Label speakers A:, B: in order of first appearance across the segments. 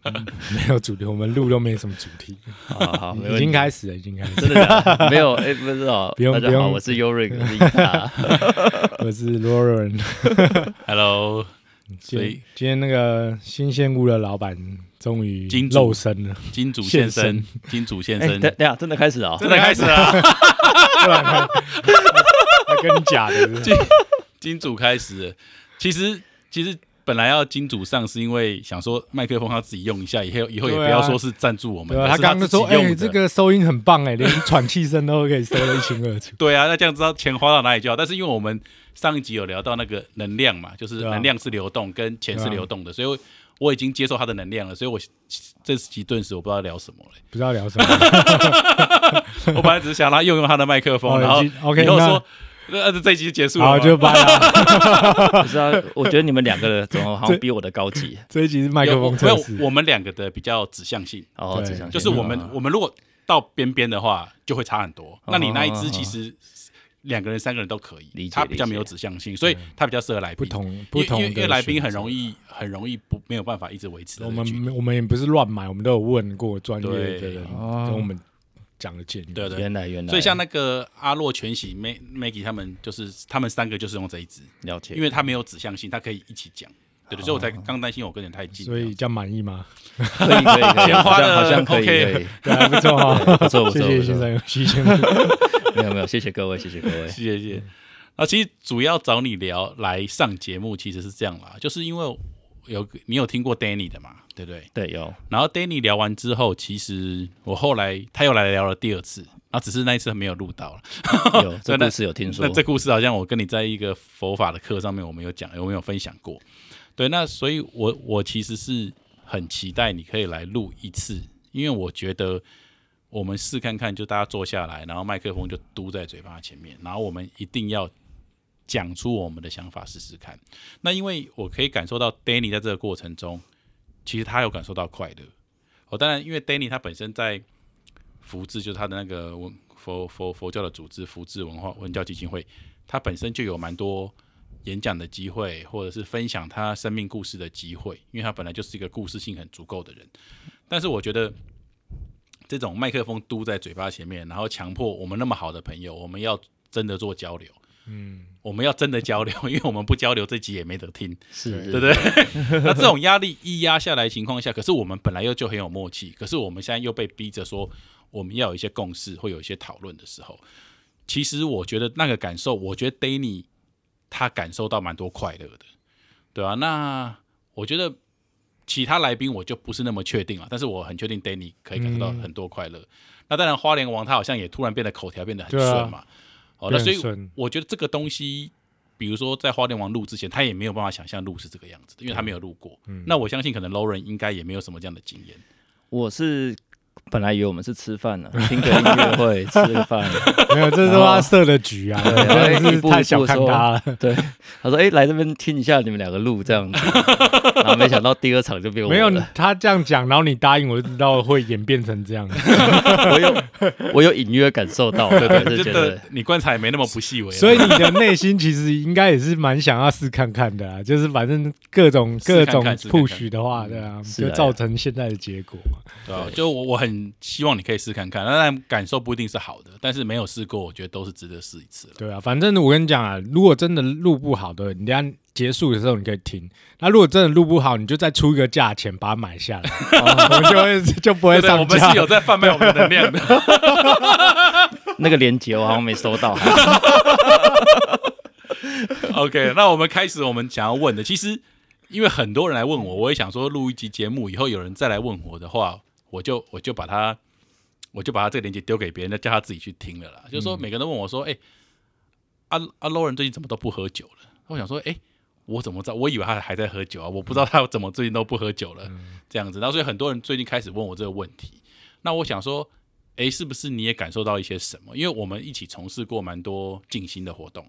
A: 没有主题，我们录都没什么主题，
B: 好好，没
A: 已
B: 问
A: 经
B: 题。
A: 开始了，已经 开始了。
B: 真的假的没有，哎、不知道。
A: 不用
B: 大
A: 不
B: 家好，
A: 用
B: 我是 Yorick，我是伊卡。
A: 我是 Lauren，
C: Hello，
A: 今
C: 所以
A: 今天那个新鲜屋的老板终于
C: 金主
A: 露身 了，
C: 金主
A: 现
C: 现
A: 身
C: 身，金主现
B: 哎、
C: 身，
B: 等等一下，真的开始了、哦
C: 真的开始了，
A: 不然还还跟你假的是不是，
C: 金主开始了。其实其实本来要金主上，是因为想说麦克风他自己用一下，以后以后也不
A: 对啊
C: 要说是赞助我们
A: 对吧？
C: 的，
A: 他
C: 是
A: 刚刚
C: 自己
A: 说，
C: 用
A: 哎，
C: 的。
A: 这个收音很棒，哎，连喘气声都可以收得一清二楚
C: 对啊，那这样知道钱花到哪里就好。但是因为我们上一集有聊到那个能量嘛，就是
A: 对啊
C: 能量是流动，跟钱是
A: 对啊
C: 流动的，所以我我已经接受他的能量了，所以我这集顿时我不知道聊什么了。
A: 不知道聊什 么，
C: 我本来只是想让他用用他的麦克
A: 哦
C: 风，然后
A: 已经 OK，
C: 以后
A: 那
C: 说，那那这一集就结束了
A: 好
C: 嘛，
A: 就拜了。
B: 不是啊，我觉得你们两个的怎么好像比我的高级
A: 这一集是麦克
C: 有
A: 风
C: 没
A: 测试嗯
C: 有，我们两个的比较指向性，
B: 哦，
A: 对
B: 这项
C: 就是我们
B: 啊
C: 我们如果到边边的话，就会差很多。
A: 嗯
C: 那你那一支其实两个人、三个人都可
B: 理
C: 以，
B: 解
C: 它比较没有指向性，所以它比较适合来
A: 嗯不
C: 宾。
A: 同
C: 因
A: 不
C: 为
A: 同
C: 因为因为
A: 的
C: 来宾
A: 选
C: 很
A: 择
C: 容易很容易不没有办法一直维持的
A: 我
C: 这个距离。
A: 们我嗯们也不是乱买，我们都有问过专业的
C: 对
A: 人
B: 哦
A: 跟我们讲的建议。
C: 对对。
B: 原来原来，
C: 所以像那个阿洛全喜、Mag- Maggie 他们，就是他们三个就是用这一支，
B: 了解，
C: 因为它没有指向性，它可以一起讲。对对，所以我才刚担心我跟你太近。
A: 哦所以这样满意 吗？
B: 可以可以可以，
C: 钱花
B: 好像
C: 得
B: 好像可以
C: OK
B: 可以，
A: 对，还不错哈，
B: 不错不错
A: 谢谢
B: 不
A: 先
B: 错，
A: 生，谢谢先生。
B: 没有没有，谢谢各位谢谢各 位，
C: 谢谢谢谢。啊，其实主要找你聊来上节目，其实是这样啦，就是因为有你有听过 Danny 的嘛，对不对？
B: 对有
C: 然后 Danny 聊完之后，其实我后来他又来聊了第二次，啊，只是那一次没有录到了。
B: 有，这
C: 真的
B: 故事有听说
C: 那，这故事好像我跟你在一个佛法的课上面，我们有讲，我们有分享过。对，那所以我我其实是很期待你可以来录一次，因为我觉得我们试看看，就大家坐下来，然后麦克风就嘟在嘴巴前面，然后我们一定要讲出我们的想法试试看。那因为我可以感受到 Danny 在这个过程中，其实他有感受到快乐。哦，当然，因为 Danny 他本身在福智，就是他的那个文佛佛佛教的组织福智文化文教基金会，他本身就有蛮多演讲的机会，或者是分享他生命故事的机会，因为他本来就是一个故事性很足够的人。但是我觉得这种麦克风嘟在嘴巴前面，然后强迫我们那么好的朋友，我们要真的做交流，嗯，我们要真的交流，因为我们不交流，这集也没得听。
B: 是
C: 对不
B: 对？
C: 对？ 那这种压力一压下来的情况下，可是我们本来又就很有默契，可是我们现在又被逼着说我们要有一些共识，会有一些讨论的时候，其实我觉得那个感受，我觉得 Danny 他感受到蛮多快乐的，对啊，那我觉得其他来宾我就不是那么确定了，但是我很确定 Danny 可以感
A: 嗯
C: 受到很多快乐。那当然，花莲王他好像也突然变得口条变得很
A: 对啊
C: 顺嘛，哦，
A: 变
C: 那所
A: 很
C: 以
A: 顺
C: 我觉得这个东西，比如说在花莲王录之前，他也没有办法想象录是这个样子的，因为他没有录过。
A: 嗯
C: 那我相信可能 Lauren 应该也没有什么这样的经验。
B: 我是本来以为我们是吃饭呢，听个音乐会吃个饭，
A: 没有，这是他设的局啊，
B: 对然后
A: 真的
B: 一
A: 是
B: 步
A: 太
B: 一
A: 小
B: 步
A: 看
B: 说
A: 他了。
B: 对，他说哎来这边听一下你们两个录这样子，然后没想到第二场就变我
A: 没有
B: 了，
A: 他这样讲，然后你答应，我就知道会演变成这样。
B: 啊我有 我有隐约感受 到，对对，就觉
C: 真
B: 得
C: 的，你观察也没那么不细微啊。
A: 所以你的内心其实应该也是蛮想要试看看的啊，就是反正各种各
C: 试看
A: 种
C: 看试嗯看看
A: push 的话，对啊，
B: 是
A: 就
B: 啊
A: 造成现在的结果嘛。
C: 对啊，就我我很希望你可以试看看，当然感受不一定是好的，但是没有试过，我觉得都是值得试一次了。
A: 对啊，反正我跟你讲啊，如果真的录不好的，你等一下结束的时候你可以听。那如果真的录不好，你就再出一个价钱把它买下 来，我们就会就不会
C: 对对，我
A: 上
C: 们
A: 架
C: 是。有在贩卖我们的能量的。
B: 那个链接我好像没收 到，
C: OK，那我们开始我们想要问的，其实因为很多人来问我，我也想说录一集节目，以后有人再来问我的话，我就我就把他我就把他这个链接丢给别人，那叫他自己去听了啦。就是说每个人都问我说，哎、阿阿 Lauren 最近怎么都不喝酒了？我想说，哎、我怎么知道？我以为他还在喝酒啊，我不知道他怎么最近都不喝酒了，这样子。然后所以很多人最近开始问我这个问题，那我想说。哎，是不是你也感受到一些什么？因为我们一起从事过蛮多静心的活动，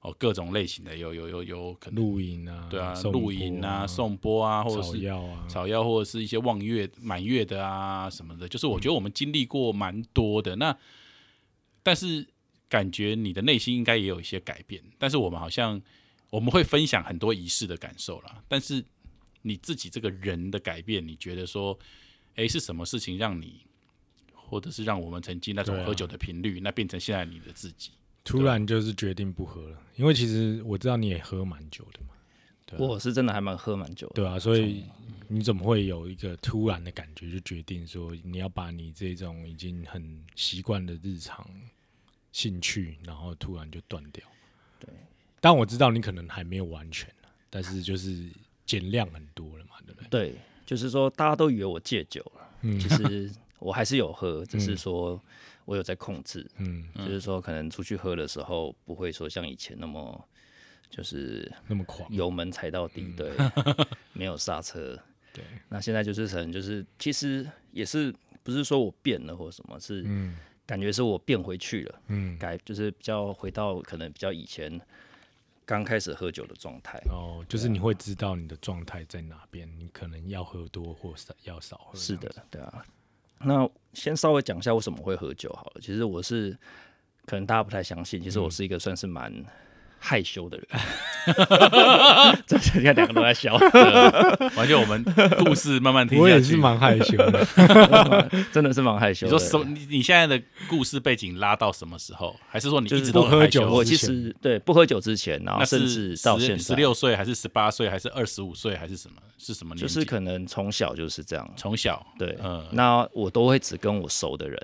C: 哦，各种类型的，有有有有可能
A: 露营啊，
C: 对啊，
A: 送
C: 露营啊、
A: 钵
C: 颂钵啊，或者
A: 草
C: 是
A: 药啊，
C: 草药，或者是一些望月、满月的啊什么的，就是
A: 嗯
C: 我觉得我们经历过蛮多的。那但是感觉你的内心应该也有一些改变，但是我们好像我们会分享很多仪式的感受啦，但是你自己这个人的改变，你觉得说，诶，是什么事情让你，或者是让我们曾经那种
A: 对啊
C: 喝酒的频率，那变成现在你的自己？
A: 突然就是决定不喝了，因为其实我知道你也喝蛮久的嘛，
B: 我是真的还蛮喝蛮久的。
A: 对啊，所以你怎么会有一个突然的感觉，就决定说你要把你这种已经很习惯的日常兴趣，然后突然就断掉？
B: 对，
A: 但我知道你可能还没有完全啊但是就是减量很多了嘛，对不对？
B: 对，就是说大家都以为我戒酒了，其实我还是有喝，只是说我有在控制，
A: 嗯，
B: 就是说可能出去喝的时候不会说像以前那么就是
A: 那么狂，
B: 油门踩到底，对，没有刹车。
A: 嗯 对，
B: 那现在就是可能就是其实也是不是说我变了或什么，是
A: 嗯
B: 感觉是我变回去了，
A: 嗯，
B: 改就是比较回到可能比较以前刚开始喝酒的状态。
A: 哦，就是你会知道你的状态在哪边，你可能要喝多或少要少喝。
B: 是的，对啊。那先稍微讲一下为什么会喝酒好了。其实我是可能大家不太相信，其实
A: 嗯
B: 我是一个算是蛮害羞 的人。 这你看两个都在笑，
C: 完全我们故事慢慢听
A: 我
C: 下
A: 也是
C: 去。
A: 蛮害羞 的，
B: 真的是蛮害羞
C: 你
B: 的。
C: 说什么？你你现在的故事背景拉到什么时候？还是说你
B: 就
C: 一
B: 是
C: 直都
A: 不喝
C: 很害
A: 酒
C: 羞
B: 我
A: 之
B: 其
A: 前
B: 实对不喝酒之前，然后
C: 那
B: 甚
C: 是
B: 至到现
C: 十
B: 在，
C: 六岁，还是十八岁，还是二十五岁，还是什么？是什么年
B: 就
C: 纪？
B: 是可能从小就是这样。
C: 从小
B: 对，
C: 嗯
B: 那我都会只跟我熟的人，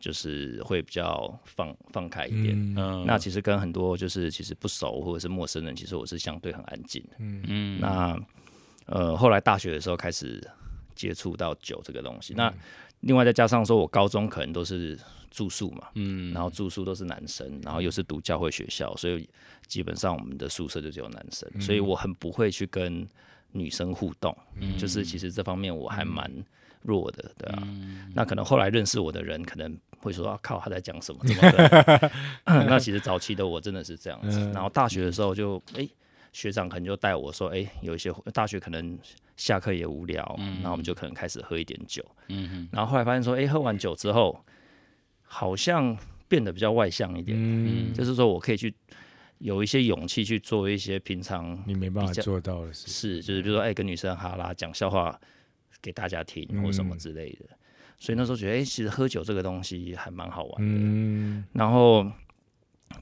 B: 就是会比较放放开一点。
A: 嗯
C: 嗯，
B: 那其实跟很多就是其实不熟或者是陌生人，其实我是相对很安静的。
C: 嗯
B: 那呃，后来大学的时候开始接触到酒这个东
C: 嗯
B: 西。那另外再加上说，我高中可能都是住宿嘛，
C: 嗯
B: 然后住宿都是男生，然后又是读教会学校，所以基本上我们的宿舍就只有男
C: 嗯
B: 生，所以我很不会去跟女生互动，就是其实这方面我还蛮弱的，对啊。那可能后来认识我的人，可能会说啊靠，他在讲什么什么的。那其实早期的我真的是这样子，然后大学的时候就哎。学长可能就带我说，哎、有一些大学可能下课也无聊，然后我们就可能开始喝一点酒，
C: 嗯嗯
B: 然后后来发现说，哎、喝完酒之后，好像变得比较外向一点，
A: 嗯，
B: 就是说我可以去有一些勇气去做一些平常
A: 你没办法
B: 比较
A: 做到的事，
B: 事，就是比如说，哎、跟女生哈拉讲笑话给大家听，或什么之类的。所以那时候觉得，哎、其实喝酒这个东西还蛮好玩的。
A: 嗯，
B: 然后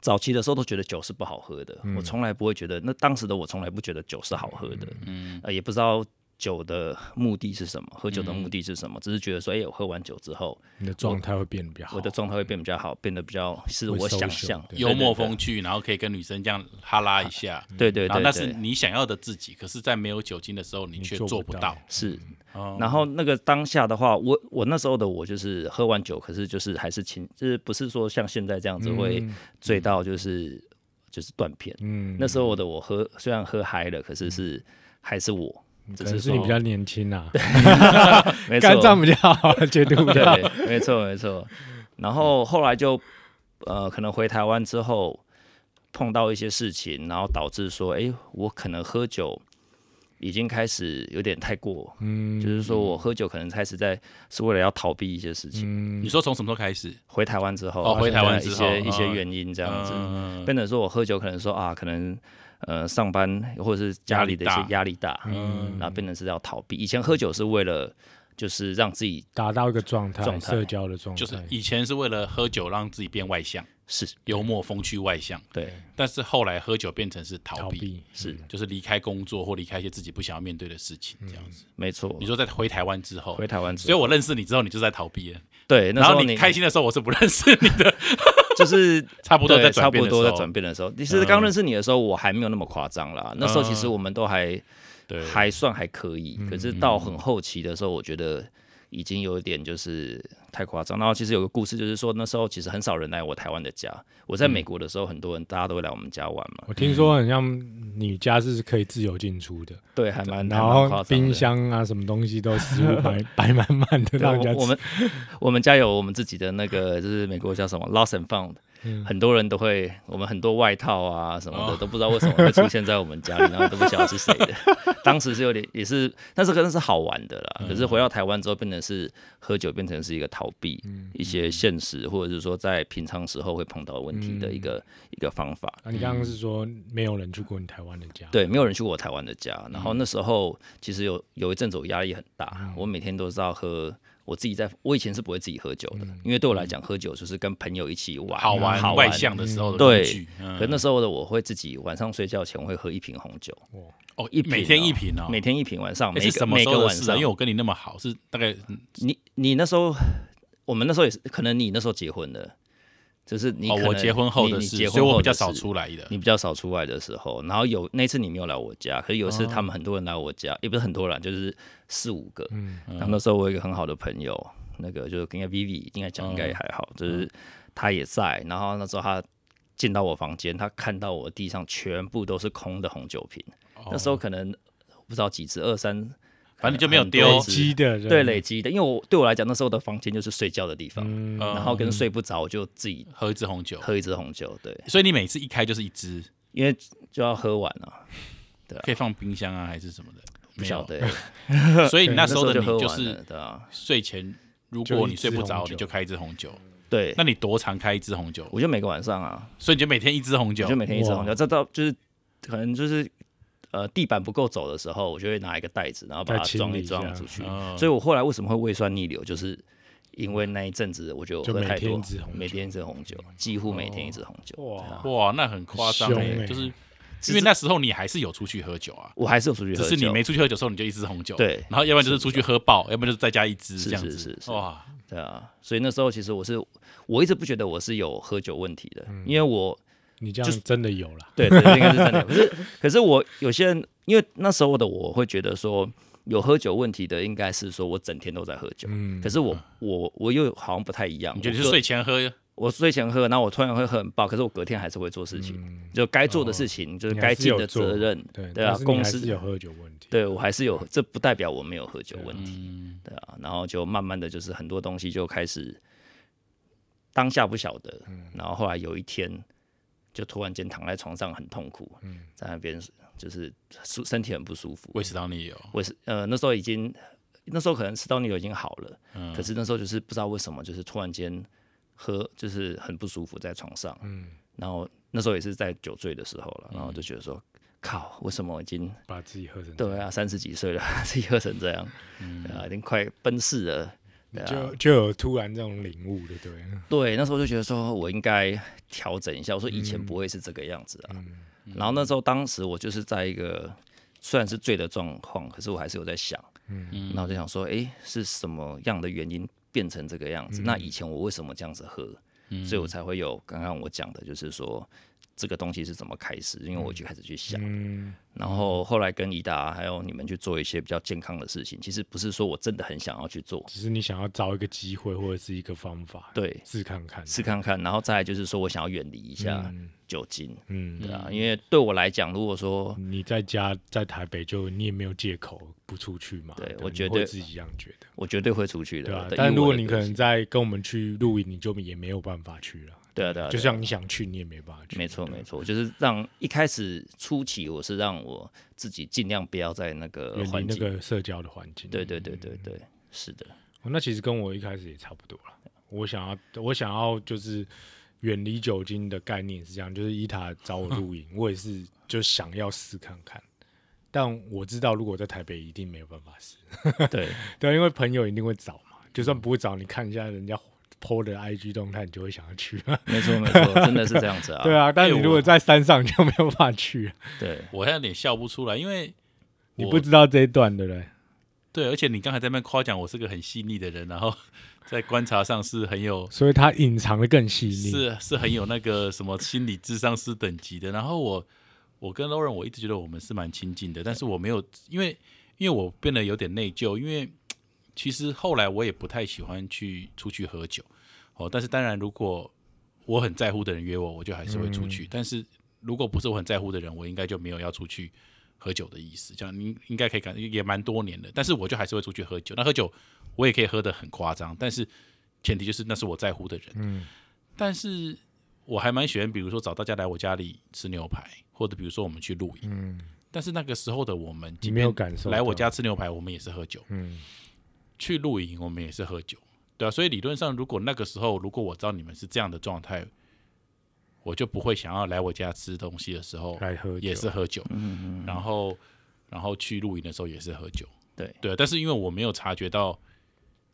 B: 早期的时候都觉得酒是不好喝的，
A: 嗯
B: 我从来不会觉得，那当时的我从来不觉得酒是好喝的，嗯，呃，也不知道酒的目的是什么，喝酒的目的是什么，只是觉得说，哎、我喝完酒之后，
A: 你的状态会变得比较好。
B: 我的状态会变比较好，变得比较是
A: 会
B: 我
A: social，
B: 想象
A: 对
C: 幽默风趣，然后可以跟女生这样哈拉一下，
B: 对对
C: 然后
B: 对
C: 那是
B: 对，
C: 你想要的自己，可是，在没有酒精的时候，你却
A: 做
C: 做
A: 不
C: 不
A: 到
C: 到。
B: 是。
C: 哦
B: 然后那个当下的话，我我那时候的我就是喝完酒，可是就是还是情，就是不是说像现在这样子会醉到就是、就是断片。
A: 嗯，
B: 那时候的我喝虽然喝嗨了，可是是还是我，只
A: 嗯可能
B: 是
A: 是
B: 说
A: 你比较年轻 啊，
B: 没错
A: 肝，脏比较好，解毒比较好。
B: 对，没错没错。然后后来就呃，可能回台湾之后碰到一些事情，然后导致说，哎，我可能喝酒已经开始有点太过，
A: 嗯
B: 就是说我喝酒可能开始在是为了要逃避一些事情。
A: 嗯
C: 你说从什么时候开始？
B: 回台湾之后，
C: 哦回台湾
B: 一
C: 之后
B: 些一些
C: 嗯
B: 原因这样子，
C: 嗯
B: 变成说我喝酒可能说啊，可能呃上班或者是家里的一些压力大，嗯，然后变成是要逃避。以前喝酒是为了就是让自己
A: 达到一个状态，
B: 状态
A: 社交的状态，
C: 就是以前是为了喝酒让自己变外向、
B: 是
C: 幽默风趣、外向，
B: 对
C: 但是后来喝酒变成是逃
A: 逃
C: 避，
A: 避。
B: 是
C: 就是离开工作或离开一些自己不想要面对的事情，这样子。
B: 没错
C: 你。说在回台湾之后
B: 回，台湾之
C: 所以
B: 后，
C: 我认识你之后，你就在逃避了。
B: 对，那
C: 然
B: 时
C: 后
B: 候
C: 你开心的时候，我是不认识你的，
B: 就是
C: 差不多在
B: 对，
C: 转
B: 差
C: 变
B: 不
C: 的
B: 多在
C: 时
B: 转
C: 候，嗯
B: 变的时候，其实刚认识你的时候，我还没有那么夸张啦。那时候其实我们都还
C: 对，
B: 还算还可以，
A: 嗯
B: 可是到很后期的时候，我觉得已经有一点就是太夸张。然后其实有个故事，就是说那时候其实很少人来我台湾的家。我在美国的时候，很多人大家都会来我们家玩嘛，
A: 嗯我听说很像你家是可以自由进出的，
B: 对，还蛮
A: 然
B: 嗯还蛮夸
A: 后
B: 张的
A: 冰箱啊什么东西都 食物摆摆满满的，
B: 对
A: 让人
B: 我
A: 家
B: 我
A: 吃。
B: 们我们家有我们自己的那个，就是美国叫什么 Lost and Found，
A: 嗯
B: 很多人都会，我们很多外套啊什
A: 哦
B: 么的都不知道为什么会出现在我们家里，然后都不晓得是谁的。当时是有点也是，但是真的是好玩的
A: 嗯
B: 啦。可是回到台湾之后，变成是喝酒变成是一个逃避
A: 嗯
B: 一些现实，或者是说在平常时候会碰到的问题的
A: 嗯
B: 一个一个方法。
A: 啊，你刚刚是说没有人去过你台湾的家？，
B: 对，没有人去过我台湾的家。然
C: 嗯
B: 后那时候其实有有一阵子我压力很大，我每天都是要喝。我自己在，我以前是不会自己喝酒的，因为对我来讲，喝酒就是跟朋友一起玩，啊
C: 嗯好玩
B: 嗯好
C: 外向的时候的工
B: 对
C: 具，嗯
B: 可那时候的我会自己晚上睡觉前我会喝一瓶红酒，
C: 哦，
B: 一瓶
C: 每天
B: 哦
C: 一瓶哦，
B: 每天一瓶，晚上每
C: 诶是
B: 个
C: 什么
B: 每
C: 时
B: 个
C: 候的
B: 晚
C: 事啊？
B: 上
C: 因为。我跟你那么好，是大概
B: 你你那时候，我们那时候也是，可能你那时候结婚了，就是你
C: 哦
B: 可，能
C: 我结婚后
B: 你
C: 的
B: 你
C: 事，
B: 结
C: 所
B: 婚
C: 以我
B: 后
C: 比较
B: 的
C: 少
B: 事
C: 出来的。
B: 你比较少出来的时候，然后有那次你没有来我家，可是有一
C: 哦
B: 次他们很多人来我家，也不是很多人，就是四五个。
A: 嗯
C: 嗯
B: 然后那时候我有一个很好的朋友，那个就是应该 Vivi 应该讲应该也还好，
C: 嗯
B: 就是他也在。然后那时候他进到我房间，他看到我地上全部都是空的红酒瓶，那时候可能不知道几只，二三。
C: 哦
B: 呃
C: 反正就没有
B: 很多
C: 丢
A: 累
B: 只
A: 积的人
B: 对累积的，因为我对我来讲，那时候的房间就是睡觉的地方，
A: 嗯
B: 然后跟睡不着，我就自己
C: 喝一支红酒，
B: 喝一支红酒，对，
C: 所以你每次一开就是一支，
B: 因为就要喝完了，
C: 可以放冰箱啊，还是什么的，
B: 不
C: 没
B: 晓
C: 有。
B: 得，
C: 所以你那时候的
B: 就
C: 你
B: 喝
C: 就
B: 完了，
C: 是
B: 对啊，
C: 睡前，如
A: 就
C: 果
A: 一
C: 你睡
A: 支
C: 不
A: 红
C: 着，
A: 酒
C: 你就开一支红酒。
B: 对
C: 那，你多常开一支红酒？
B: 我就每个晚上啊，
C: 所以你就每天一支红酒
B: 我就，每天一支红
A: 哇
B: 酒，这到就是可能就是呃地板不够走的时候，我就会拿一个袋子，然后把
A: 再
B: 它
A: 清
B: 装
A: 理
B: 一
A: 一
B: 装
A: 下啊
B: 出去。
C: 嗯
B: 所以我后来为什么会胃酸逆流，就是因为那一阵子我觉得我
A: 就
B: 喝
A: 每
B: 太
A: 天
B: 多
A: 一支红，酒哦
B: 每天一支红酒，几乎每天一支红酒。对啊
A: 哇，
C: 哇，那很夸张
A: 凶
C: 欸
A: 欸
C: 就是
B: 只是
C: 因为那时候你还是有出去喝酒啊，
B: 我还是有出去喝
C: 只
B: 酒，
C: 是你没出去喝酒的时候你就一支红酒，
B: 对
C: 然后要不然就是出去喝爆，要不然就是再加一支
B: 是
C: 这样
B: 是
C: 子
B: 是，是
C: 哇，
B: 对啊，所以那时候其实我是我一直不觉得我是有喝酒问题的，
A: 嗯
B: 因为我
A: 你这样真的有了，
B: 对对，应该是真的。可是可是我有些人，因为那时候的我会觉得说，有喝酒问题的应该是说我整天都在喝
A: 嗯
B: 酒。可是我我我又好像不太一样，
C: 你觉得
B: 我
C: 是
B: 隔
C: 睡前喝
B: 我睡前喝，然后我突然会喝很爆，可是我隔天还是会做事情，就该做的事情，就
A: 嗯
B: 是
A: 你还
B: 该
A: 是
B: 尽
A: 有
B: 的
A: 做
B: 责任，
A: 对
B: 对啊
A: 但，是你
B: 公
A: 还
B: 司
A: 是有喝酒问题，
B: 对我还是有，这不代表我没有喝酒问
C: 嗯
B: 题，对啊，然后就慢慢的就是很多东西就开始当下不晓得，然后后来有一天就突然间躺在床上很痛苦，在那边就是舒身体很不舒服，
C: 胃食道逆流，
B: 我是呃那时候已经那时候可能吃到牛已经好了，可是那时候就是不知道为什么就是突然间喝就是很不舒服在床上，然后那时候也是在酒醉的时候了，然后就觉得说。靠！为什么已经
A: 把自己喝成这样
B: 对啊，三十几岁了， 自己喝成这样，对啊，已经快奔四了。对啊，
A: 就就有突然这种领悟的，对了，
B: 对，那时候就觉得说我应该调整一下，我说以前不会是这个样子啊。然后那时候当时我就是在一个虽然是醉的状况，可是我还是有在想，嗯，然后我就想说，诶，是什么样的原因变成这个样子？那以前我为什么这样子喝？所以我才会有刚刚我讲的，就是说这个东西是怎么开始，因为我就开始去想。
A: 嗯，
B: 然后后来跟怡达还有你们去做一些比较健康的事情，其实不是说我真的很想要去做，
A: 只是你想要找一个机会或者是一个方法，，
B: 对，
A: 试看看，
B: 试看看。然后再来就是说我想要远离一下酒精，
A: 嗯，
B: 对啊，因为对我来讲，如果说
A: 你在家在台北就你也没有借口不出去嘛，
B: 对
A: 对
B: 我
A: 你
B: 觉
A: 会
B: 得
A: 自己一样觉得，
B: 我绝对会出去的，
A: 对啊
B: 对，
A: 但
B: 因为
A: 如
B: 我
A: 果
B: 的
A: 你
B: 个
A: 可能
B: 性
A: 在跟我们去露营，你就也没有办法去了，
B: 对啊对啊，
A: 就
B: 对啊
A: 像你想去，你也没办法去，
B: 没错
A: 对
B: 没错，就是让一开始初期我是让我自己尽量不要在那个
A: 远
B: 环
A: 离那
B: 境，
A: 个嗯社交的环境，
B: 对对对对对，是的，
A: 哦那其实跟我一开始也差不多了。我想要，我想要就是远离酒精的概念是这样，就是伊塔找我露 营，我也是就想要试看看，但我知道如果在台北一定没有办法试，
B: 对
A: 对，因为朋友一定会找嘛，就算不会找，你看一下人家 PO 的 IG 动态，你就会想要去。
C: 啊
B: 没错没错，真的是这样子啊，
A: 对啊，
C: 哎
A: 但你如果在山上就没有办法去，
B: 对
C: 我还有点笑不出来，因为
A: 你
C: 我
A: 不知道这一段对不对？
C: 对，而且你刚才在那边夸奖我是个很细腻的人，然后在观察上是很有
A: 所以它隐藏的更细腻。
C: 是是很有那个什么心理智商师等级的。然后我我跟 Lauren 我一直觉得我们是蛮亲近的，但是我没有因为因为我变得有点内疚，因为其实后来我也不太喜欢去出去喝酒哦。但是当然，如果我很在乎的人约我，我就还是会出去。但是如果不是我很在乎的人，我应该就没有要出去喝酒的意思。这样您应该可以感也蛮多年的，但是我就还是会出去喝酒。那喝酒
A: 嗯
C: 我也可以喝得很夸张，但是前提就是那是我在乎的人。但是我还蛮喜欢，比如说找大家来我家里吃牛排，或者比如说我们去露营。嗯，但是那个时候的我们，即
A: 没有
C: 便
A: 感受
C: 来我
A: 到
C: 家吃牛排，我们也是喝酒。
A: 嗯，
C: 去露营我们也是喝酒，对啊。所以理论上，如果那个时候如果我知道你们是这样的状态，我就不会想要来我家吃东西的时候
A: 来喝酒嗯
C: 也是喝酒，然后然后去露营的时候也是喝酒，
B: 对
C: 对啊。但是因为我没有察觉到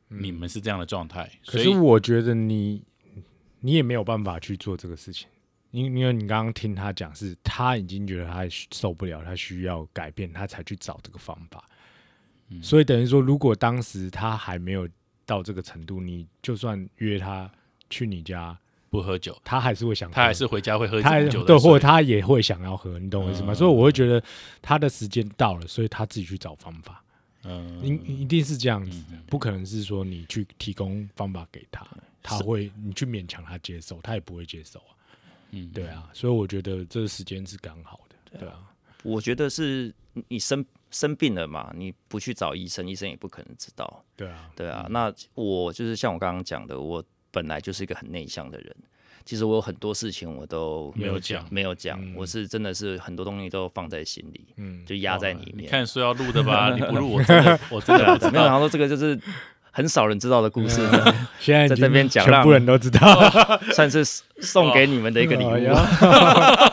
C: 你们是这样的状态，
A: 嗯可
C: 所
A: 是
C: 以
A: 我觉得你你也没有办法去做这个事情，因因为你刚刚听他讲，是他已经觉得他受不了，他需要改变，他才去找这个方法。
C: 嗯
A: 所以等于说，如果当时他还没有到这个程度，你就算约他去你家，
C: 不喝酒，
A: 他还是会想喝，
C: 他还是回家会喝
A: 嗯他还
C: 酒的，
A: 对，
C: 所
A: 或
C: 以
A: 者他也会想要喝，你懂我意思吗？所以我会觉得他的时间到了，所以他自己去找方法。
C: 嗯
A: 你你一定是这样子的，不可能是说你去提供方法给他，他会你去勉强他接受，他也不会接受啊。
C: 嗯
A: 对啊，所以我觉得这个时间是刚好的，对啊，
B: 我觉得是你你生生病了嘛，你不去找医生，医生也不可能知道。
A: 对啊，
B: 对啊，那我就是像我刚刚讲的，我本来就是一个很内向的人。其实我有很多事情我都
C: 没有讲嗯
B: 没有讲，我是真的是很多东西都放在心里，嗯，就压在里
C: 哦你
B: 面。
C: 看说要录的吧，你 不录我真的我真的不知
B: 没有，
C: 道。
B: 然后这个就是很少人知道的故事，
C: 嗯
A: 啊现在已
B: 在
A: 经
B: 这边讲
A: 全部
B: 让
A: 人都知道
B: 算是送给你们的一个礼
A: 哎
B: 物。啊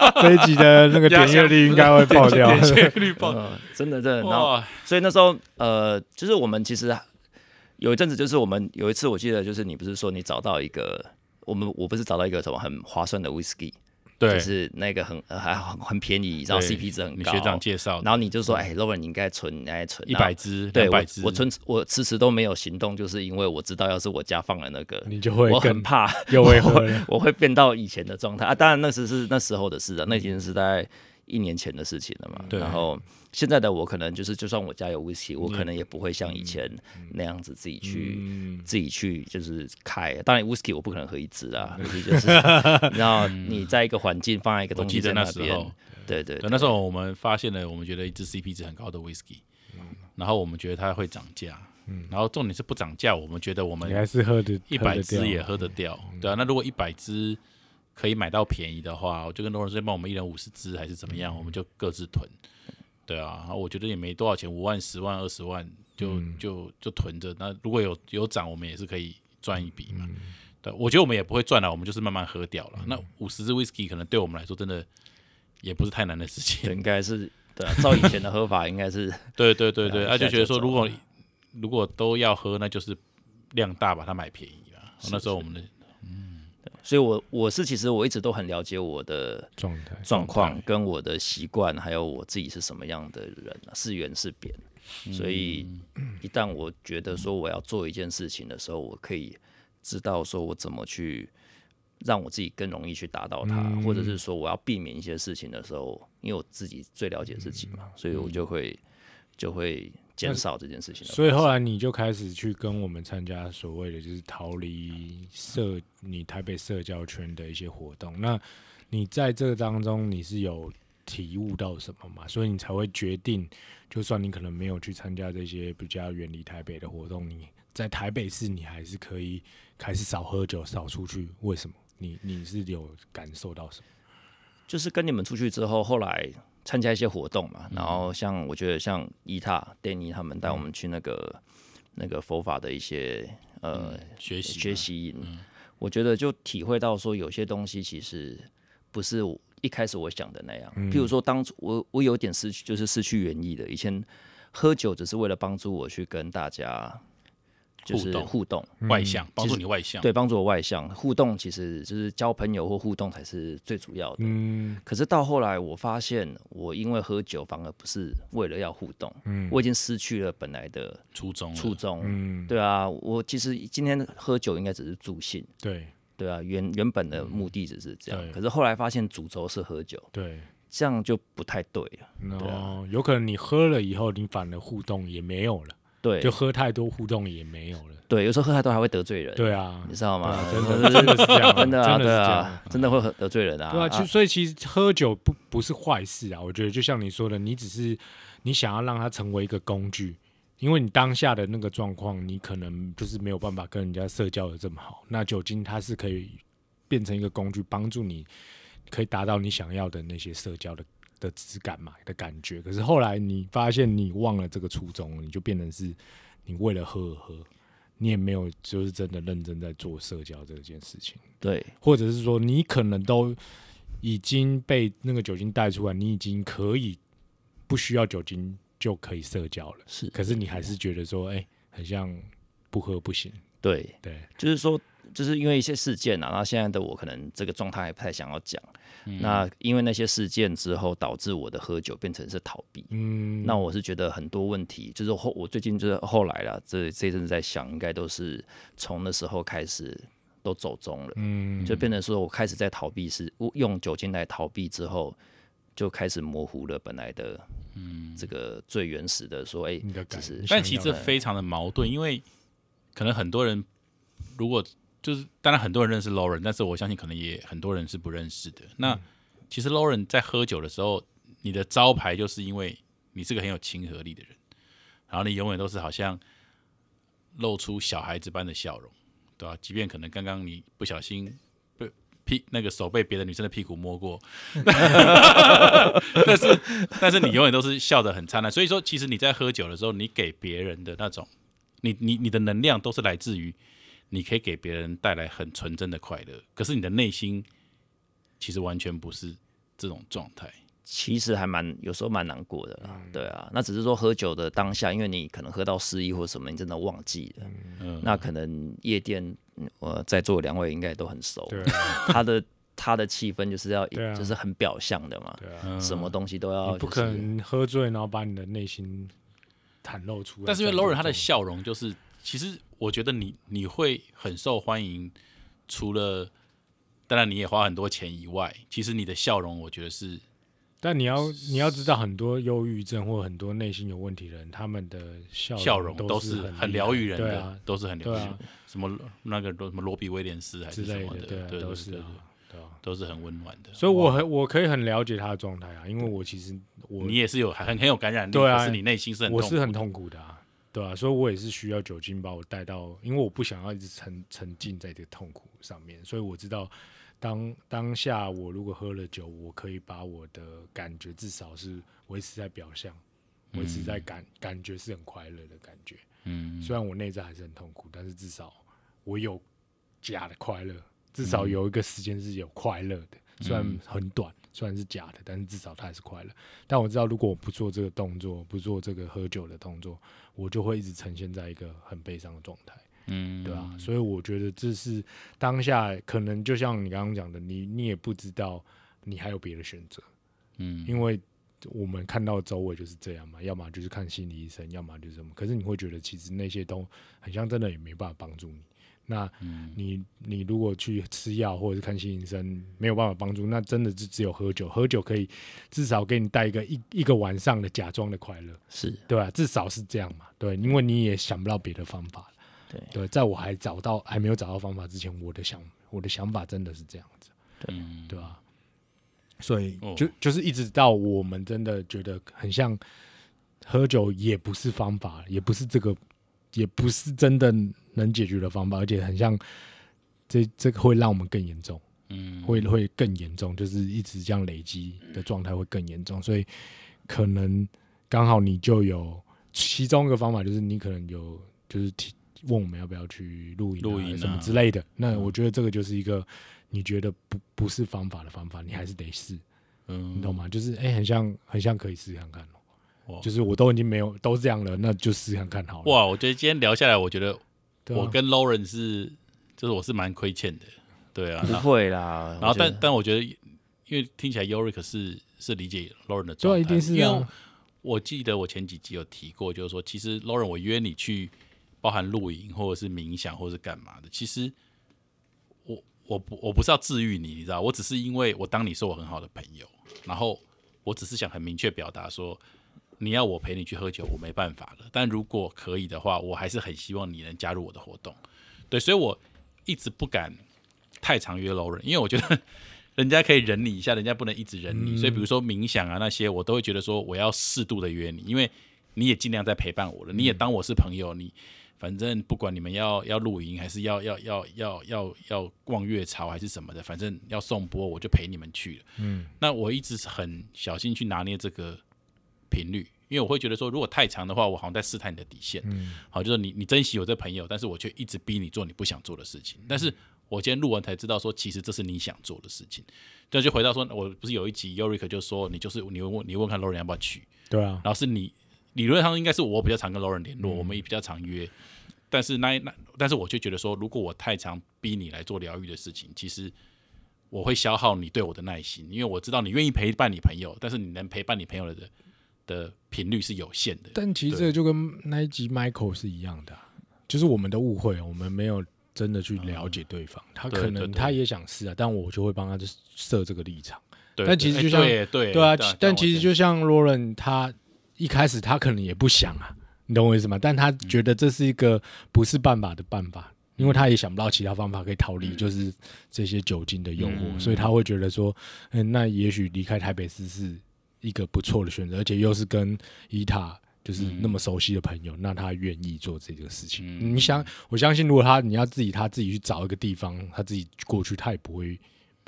A: 呀 这一集的那个点阅率应该会爆 掉。
C: 点 击率爆
B: 嗯，真的真的。然后
C: 哇！
B: 所以那时候呃，就是我们其实有一阵子，就是我们有一次我记得就是你不是说你找到一个我们我不是找到一个什么很划算的 whisky，
C: 对
B: 就，是那个很呃还很很便宜，然后
C: 对
B: CP 值很
C: 你
B: 高。
C: 学长介绍的，嗯
B: 然后你就说，哎，Lover 你应该存，你应该存
C: 一百。支、
B: 对
C: 两
B: 我
C: 百支，，
B: 我存我迟迟都没有行动，就是因为我知道，要是我家放了那个，
A: 你就会
B: 我
A: 更
B: 很怕，
A: 又会喝 了，
B: 我会变到以前的状态啊。当然那时是那时候的事啊了，那已经是在一年前的事情了嘛。
C: 对嗯
B: 然后现在的我可能就是，就算我家有 whisky，我可能也不会像以前那样子自己去、
C: 嗯
B: 自己去就是开。当然 whisky 我不可能喝一支啦，whisky
C: 嗯
B: 就是然后你在一个环境放在一个东
C: 我记
B: 西
C: 得
B: 在
C: 那时
B: 边
C: 候，
B: 对对
C: 对，那时候我们发现了，我们觉得一支 CP 值很高的 whisky，然
B: 嗯
C: 后我们觉得它会涨价，然后重点是不涨价，我们觉得我
A: 你还
C: 们
A: 是喝的
C: 一
A: 喝
C: 百啊
A: 得掉
C: 支也喝得掉，对啊，那如果一百支可以买到便宜的话，我就跟罗老师帮我们一人五十支还是怎么样，我们就各自囤，对啊，然后我觉得也没多少钱，五万、十万、二十万就就就囤着，那如果有有涨，我们也是可以赚一笔嘛。对，啊我觉得我们也不会赚了，我们就是慢慢喝掉了。那五十支 whisky 可能对我们来说真的也不是太难的事情
B: 对，，应该是对啊，照以前的喝法应该是。
C: 对对对
B: 对
C: 对，
B: 啊
C: 他、
B: 现
C: 就
B: 在
C: 觉得
B: 就
C: 说，
B: 走
C: 如果
B: 了
C: 如果都要喝，那就是量大把它买便宜啦。那时候我们的
B: 所以我我是其实我一直都很了解我的
A: 状态，
B: 状况、跟我的习惯，还有我自己是什么样的人、啊，是圆是扁。所以
A: 嗯
B: 一旦我觉得说我要做一件事情的时候，我可以知道说我怎么去让我自己更容易去达到它，
A: 嗯
B: 或者是说我要避免一些事情的时候，因为我自己最了解自己嘛，所以我就会就会减少这件事情的
A: 嗯
B: 发生。
A: 所以后来你就开始去跟我们参加所谓的就是逃离社你台北社交圈的一些活动。那你在这个当中你是有体悟到什么嘛？所以你才会决定，就算你可能没有去参加这些比较远离台北的活动，你在台北市你还是可以开始少喝酒、少出去。为什么？你你是有感受到什么？
B: 就是跟你们出去之后，后来参加一些活动
C: 嗯
B: 嘛，然后像我觉得像伊塔、丹尼他们带我们去那个、那个佛法的一些呃、
C: 嗯学习嘛嗯
B: 学习营，我觉得就体会到说有些东西其实不是我一开始我想的那样。譬
C: 嗯
B: 如说，当初我我有点失去，就是失去原意的。以前喝酒只是为了帮助我去跟大家就是
C: 互动
B: 互动
C: 外向，帮助你外向，
B: 对，帮助我外向互动，其实就是交朋友或互动才是最主要的。
A: 嗯，
B: 可是到后来，我发现我因为喝酒，反而不是为了要互动，
A: 嗯
B: 我已经失去了本来的
C: 初衷了
B: 初衷，对啊，我其实今天喝酒应该只是助兴，
A: 对
B: 对啊，原原本的目的只是这样，
A: 嗯对
B: 可是后来发现主轴是喝酒，
A: 对。啊
B: 这样就不太对了，
A: 然后有可能你喝了以后，你反而互动也没有了。
B: 对
A: 就喝太多互动也没有了。
B: 对，有时候喝太多还会得罪人，
A: 对啊
B: 你，知道吗？
A: 真的真的是这样啊，
B: 真的啊，
A: 真的是
B: 对
A: 这样啊
B: 啊，真的会得罪人啊，
A: 对啊，其实所以其实喝酒不不是坏事啊，我觉得就像你说的，你只是你想要让它成为一个工具，因为你当下的那个状况，你可能就是没有办法跟人家社交的这么好，那酒精它是可以变成一个工具，帮助你可以达到你想要的那些社交的的质感嘛的感觉。可是后来你发现你忘了这个初衷，你就变成是你为了喝而喝，你也没有就是真的认真在做社交这件事情。
B: 啊对，
A: 或者是说你可能都已经被那个酒精带出来，你已经可以不需要酒精就可以社交了，
B: 是，
A: 可是你还是觉得说，哎、很像不喝不行，
B: 对，
A: 对，
B: 就是说，就是因为一些事件啊，然后现在的我可能这个状态还不太想要讲。
A: 嗯
B: 那因为那些事件之后，导致我的喝酒变成是逃避。
A: 嗯，
B: 那我是觉得很多问题，就是后我最近就是后来啦，这这一阵子在想，应该都是从那时候开始都走中了，
A: 嗯，
B: 就变成说我开始在逃避是用酒精来逃避之后，就开始模糊了本来的这个最原始的说，哎、
A: 嗯你的感
B: 其实
A: 你想
C: 但其实这非常的矛盾，因为可能很多人如果就是，当然很多人认识 Lauren，但是我相信可能也很多人是不认识的。那其实 Lauren 在喝酒的时候，你的招牌就是因为你是个很有亲和力的人，然后你永远都是好像露出小孩子般的笑容，对吧、即便可能刚刚你不小心被屁那个手被别的女生的屁股摸过，但是但是你永远都是笑得很灿烂。所以说，其实你在喝酒的时候，你给别人的那种，你你你的能量都是来自于你可以给别人带来很纯真的快乐，可是你的内心其实完全不是这种状态。
B: 其实还蛮有时候蛮难过的啦，
A: 嗯
B: 对啊，那只是说喝酒的当下，因为你可能喝到失忆或什么，你真的忘记了。
C: 嗯
B: 那可能夜店，嗯呃，在座两位应该都很熟，
A: 对啊，
B: 他的他的气氛就是要
A: 对啊
B: 就是很表象的嘛，
A: 对啊，
C: 嗯
B: 什么东西都要、
A: 你不可。能喝醉然后把你的内心袒露出来。
C: 但是因为
A: 这样
C: Lauren
A: 子
C: 她的
A: 做
C: 笑容，就是其实我觉得你你会很受欢迎，除了当然你也花很多钱以外，其实你的笑容，我觉得是
A: 但你要你要知道，很多忧郁症或很多内心有问题的人，他们的笑
C: 笑容都
A: 是
C: 是
A: 很
C: 很
A: 厉害
C: 疗愈人
A: 对
C: 的，
A: 啊
C: 都是很疗愈
A: 对
C: 人。
A: 啊
C: 什么那个罗什么罗比威廉斯还
A: 之
C: 是什
A: 类
C: 么
A: 对啊，
C: 对，
A: 都
C: 对
A: 是
C: 对
A: 啊
C: 对，
A: 对啊。
C: 都是很温暖的。
A: 所以我很我可以很了解他的状态啊，因为我其实我
C: 你也是有很很有感染力，
A: 对啊
C: 可是你内心是很
A: 我
C: 痛苦
A: 是很痛苦的啊，对啊，所以我也是需要酒精把我带到，因为我不想要一直沉沉浸在这个痛苦上面，所以我知道当当下我如果喝了酒，我可以把我的感觉至少是维持在表象，维持在感、感觉是很快乐的感觉，
C: 嗯，
A: 虽然我内在还是很痛苦，但是至少我有假的快乐，至少有一个时间是有快乐的，虽然很短，虽然是假的，但是至少它还是快乐。但我知道，如果我不做这个动作，不做这个喝酒的动作，我就会一直呈现在一个很悲伤的状态，
C: 嗯，
A: 对吧、所以我觉得这是当下可能就像你刚刚讲的，你你也不知道你还有别的选择，
C: 嗯，
A: 因为我们看到周围就是这样嘛，要么就是看心理医生，要么就是什么。可是你会觉得其实那些都很像真的也没办法帮助你。那你你如果去吃药或者是看心理医生没有办法帮助，那真的就只有喝酒。喝酒可以至少给你带一个一一个晚上的假装的快乐，
B: 是
A: 对吧、至少是这样嘛，对，因为你也想不到别的方法。
B: 对
A: 对，在我还找到还没有找到方法之前，我的想我的想法真的是这样子。
C: 嗯
A: 对啊，所以
C: 哦
A: 就、就是一直到我们真的觉得很像喝酒，也不是方法，也不是这个，也不是真的能解决的方法，而且很像这这个会让我们更严重，
C: 嗯
A: 会会更严重，就是一直这样累积的状态会更严重，所以可能刚好你就有其中一个方法，就是你可能有就是提问我们要不要去露营、
C: 露营啊
A: 什么之类的。那我觉得这个就是一个你觉得不不是方法的方法，你还是得试，
C: 嗯
A: 你懂吗？就是哎、诶很像很像可以试试看看哦、
C: 哇
A: 就是我都已经没有都这样了，那就试试看看好了。
C: 哇，我觉得今天聊下来，我觉得
A: 对啊，
C: 我跟 Lauren 是，就是我是蛮亏欠的，对啊。
B: 不
C: 然后
B: 会啦，
C: 然
B: 我
C: 后
B: 觉得
C: 但但我觉得，因为听起来 Yorick 是是理解 Lauren 的
A: 对
C: 状
A: 啊，
C: 态，
A: 一定是
C: 因为
A: 啊，
C: 我记得我前几集有提过，就是说，其实 Lauren 我约你去，包含露营或者是冥想或者是干嘛的，其实我我不我不是要治愈你，你知道，我只是因为我当你是我很好的朋友，然后我只是想很明确表达说，你要我陪你去喝酒，我没办法了。但如果可以的话，我还是很希望你能加入我的活动。对，所以我一直不敢太常约 Lauren，因为我觉得人家可以忍你一下，人家不能一直忍你。所以比如说冥想啊那些，我都会觉得说我要适度的约你，因为你也尽量在陪伴我了，你也当我是朋友，你反正不管你们要要露营，还是要要要要要要逛月潮，还是什么的，反正要送播，我就陪你们去了。嗯，那我一直是很小心去拿捏这个频率，因为我会觉得说，如果太长的话，我好像在试探你的底线。嗯，好，就是你你珍惜我这朋友，但是我却一直逼你做你不想做的事情。但是我今天录完才知道说，其实这是你想做的事情。这就回到说，我不是有一集 Yorick 就说，你就是你问你问看 Lauren 要不要去，
A: 对啊，
C: 然后是你理论上应该是我比较常跟 Lauren 联络，
A: 嗯
C: 我们也比较常约。但是那一那，但是我却觉得说，如果我太常逼你来做疗愈的事情，其实我会消耗你对我的耐心，因为我知道你愿意陪伴你朋友，但是你能陪伴你朋友的的频率是有限的。
A: 但其实
C: 对
A: 这个就跟那一集 Michael 是一样的啊、就是我们的误会，我们没有真的去了解对方，他
C: 对
A: 可
C: 对
A: 能
C: 对
A: 他也想试啊，但我就会帮他设这个立场。
C: 对，
A: 但其实
C: 对
A: 就像
C: 对对
A: 对啊，
C: 这样
A: 其但
C: 这样
A: 其实
C: 我
A: 就像 Lauren，他一开始他可能也不想啊，你懂我意思吗？但
C: 嗯
A: 他觉得这是一个不是办法的办法，因为他也想不到其他方法可以逃离，就是这些酒精的诱惑，
C: 嗯
A: 所以他会觉得说，嗯，那也许离开台北市是一个不错的选择，而且又是跟伊塔。就是那么熟悉的朋友，那他愿意做这个事情。
C: 嗯
A: 你想，我相信，如果他你要自己他自己去找一个地方，他自己过去，他也不会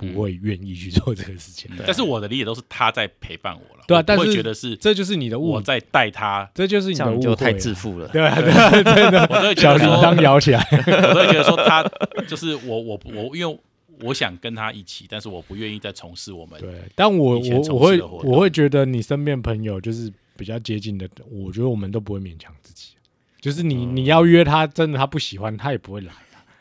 C: 嗯
A: 不会愿意去做这个事情。
C: 但是我的理解都是他在陪伴我了，
A: 啊对啊
C: 我不
A: 但
C: 会
A: 是
C: 觉得 是
A: 这就是你的误
C: 我在带 他，
A: 这就是你
B: 这
A: 的
B: 样
A: 误
B: 就
A: 会、
B: 太自负了。
A: 对啊，对啊，真的，
C: 我都会觉
A: 小
C: 得
A: 铃
C: 说，
A: 铛摇起来，
C: 我都会觉得说他就是我我我因为。我想跟他一起，但是我不愿意再从事我们
A: 对。但我
C: 以前
A: 我
C: 从
A: 我
C: 事
A: 会
C: 的活动
A: 我会觉得你身边朋友就是比较接近的，我觉得我们都不会勉强自己。就是你、
C: 嗯
A: 你要约他，真的他不喜欢，他也不会来，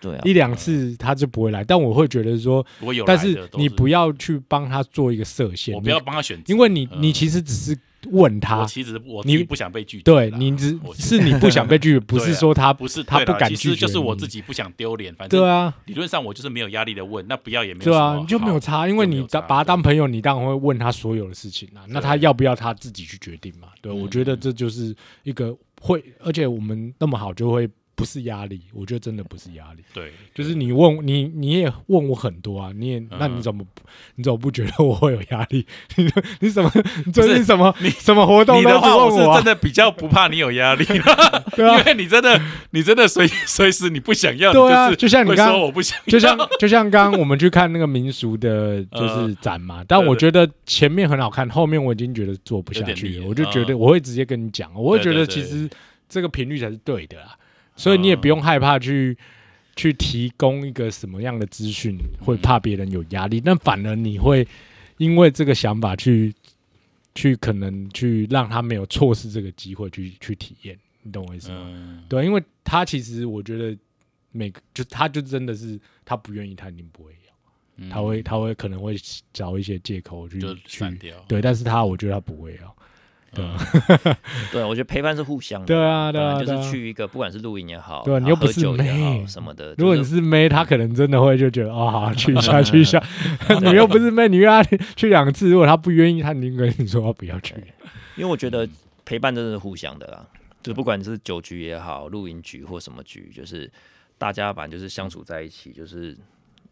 B: 对啊，
A: 一两次他就不会来。但我会觉得说，
C: 如果有来
A: 但
C: 的都
A: 是
C: 是
A: 你不要去帮他做一个设限，
C: 我不要
A: 你，
C: 帮他选择，
A: 因为你你
C: 嗯
A: 其实只是问
C: 我
A: 他，
C: 其实我
A: 你
C: 你不想被拒绝
A: 对
C: 啦，
A: 你只
C: 我
A: 是你不想被拒绝，不是说他
C: 不是
A: 他
C: 对
A: 不
C: 啦
A: 敢
C: 其
A: 拒
C: 实
A: 绝，
C: 就是我自。己不想丢脸，反正
A: 对啊，
C: 理论上我就是没有压力的问，那不要也没有
A: 对
C: 什
A: 啊，
C: 么
A: 你就没有
C: 好
A: 差，因为
C: 就没
A: 你
C: 有
A: 当
C: 差
A: 把他
C: 对
A: 当朋友，你当然会问他所有的事情啊。那他要不要他自己去决定嘛？
C: 嗯
A: 对，我觉得这就是一个会，而且我们那么好就会不是压力，我觉得真的不是压力，
C: 对，
A: 就是你问你你也问我很多啊，你也
C: 嗯
A: 那你怎么不你怎么不觉得我会有压力？ 你你怎么你最近什么
C: 你
A: 什么活 动
C: 你
A: 都
C: 的
A: 不
C: 话，我
A: 问
C: 是真
A: 啊？
C: 的比较不怕你有压力，
A: 对啊
C: 因为你真的你真的随随时你不想要，
A: 对啊
C: 你
A: 就像你
C: 会
A: 刚
C: 说我不想要，
A: 就像就像刚刚我们去看那个民俗 的，
C: 嗯
A: 就是展嘛，但我觉得前面很好看，后面我已经觉得做不下
C: 有
A: 去
C: 点
A: 了，
C: 腻
A: 我就觉得
C: 嗯
A: 我会直接跟你讲，我会觉得
C: 对对嗯
A: 其
C: 对
A: 实这个频率才是对的啦，所以你也不用害怕去去提供一个什么样的资讯，会怕别人有压
C: 嗯
A: 力，但反而你会因为这个想法去去可能去让他没有错失这个机会去去体验，你懂我意思吗？
C: 嗯，
A: 对，因为他其实我觉得每个就他就真的是他不愿意，他一定不会要，
C: 嗯
A: 他会他会可能会找一些借口去
C: 就删
A: 去
C: 掉，
A: 对，但是他我觉得他不会要，
C: 嗯，
B: 对啊，我觉得陪伴是互相的。
A: 对啊对
B: 本
A: 啊
B: 来就
A: 对啊
B: 是。去一个，不管是露营也好，
A: 对啊你
B: 然
A: 又
B: 后
A: 不
B: 喝
A: 是
B: 酒也
A: 妹
B: 好什么的，
A: 如果
B: 就
A: 你
B: 是
A: 是妹，他可能真的会就觉得哦，好去一 下去一下。你又不是妹，你约他去两次，如果他不愿意，他宁跟你说他不要去。
B: 因为我觉
C: 嗯
B: 得陪伴真的是互相的啦，就是不管是酒局也好，露营局或什么局，就是大家反正就是相处在一起，就是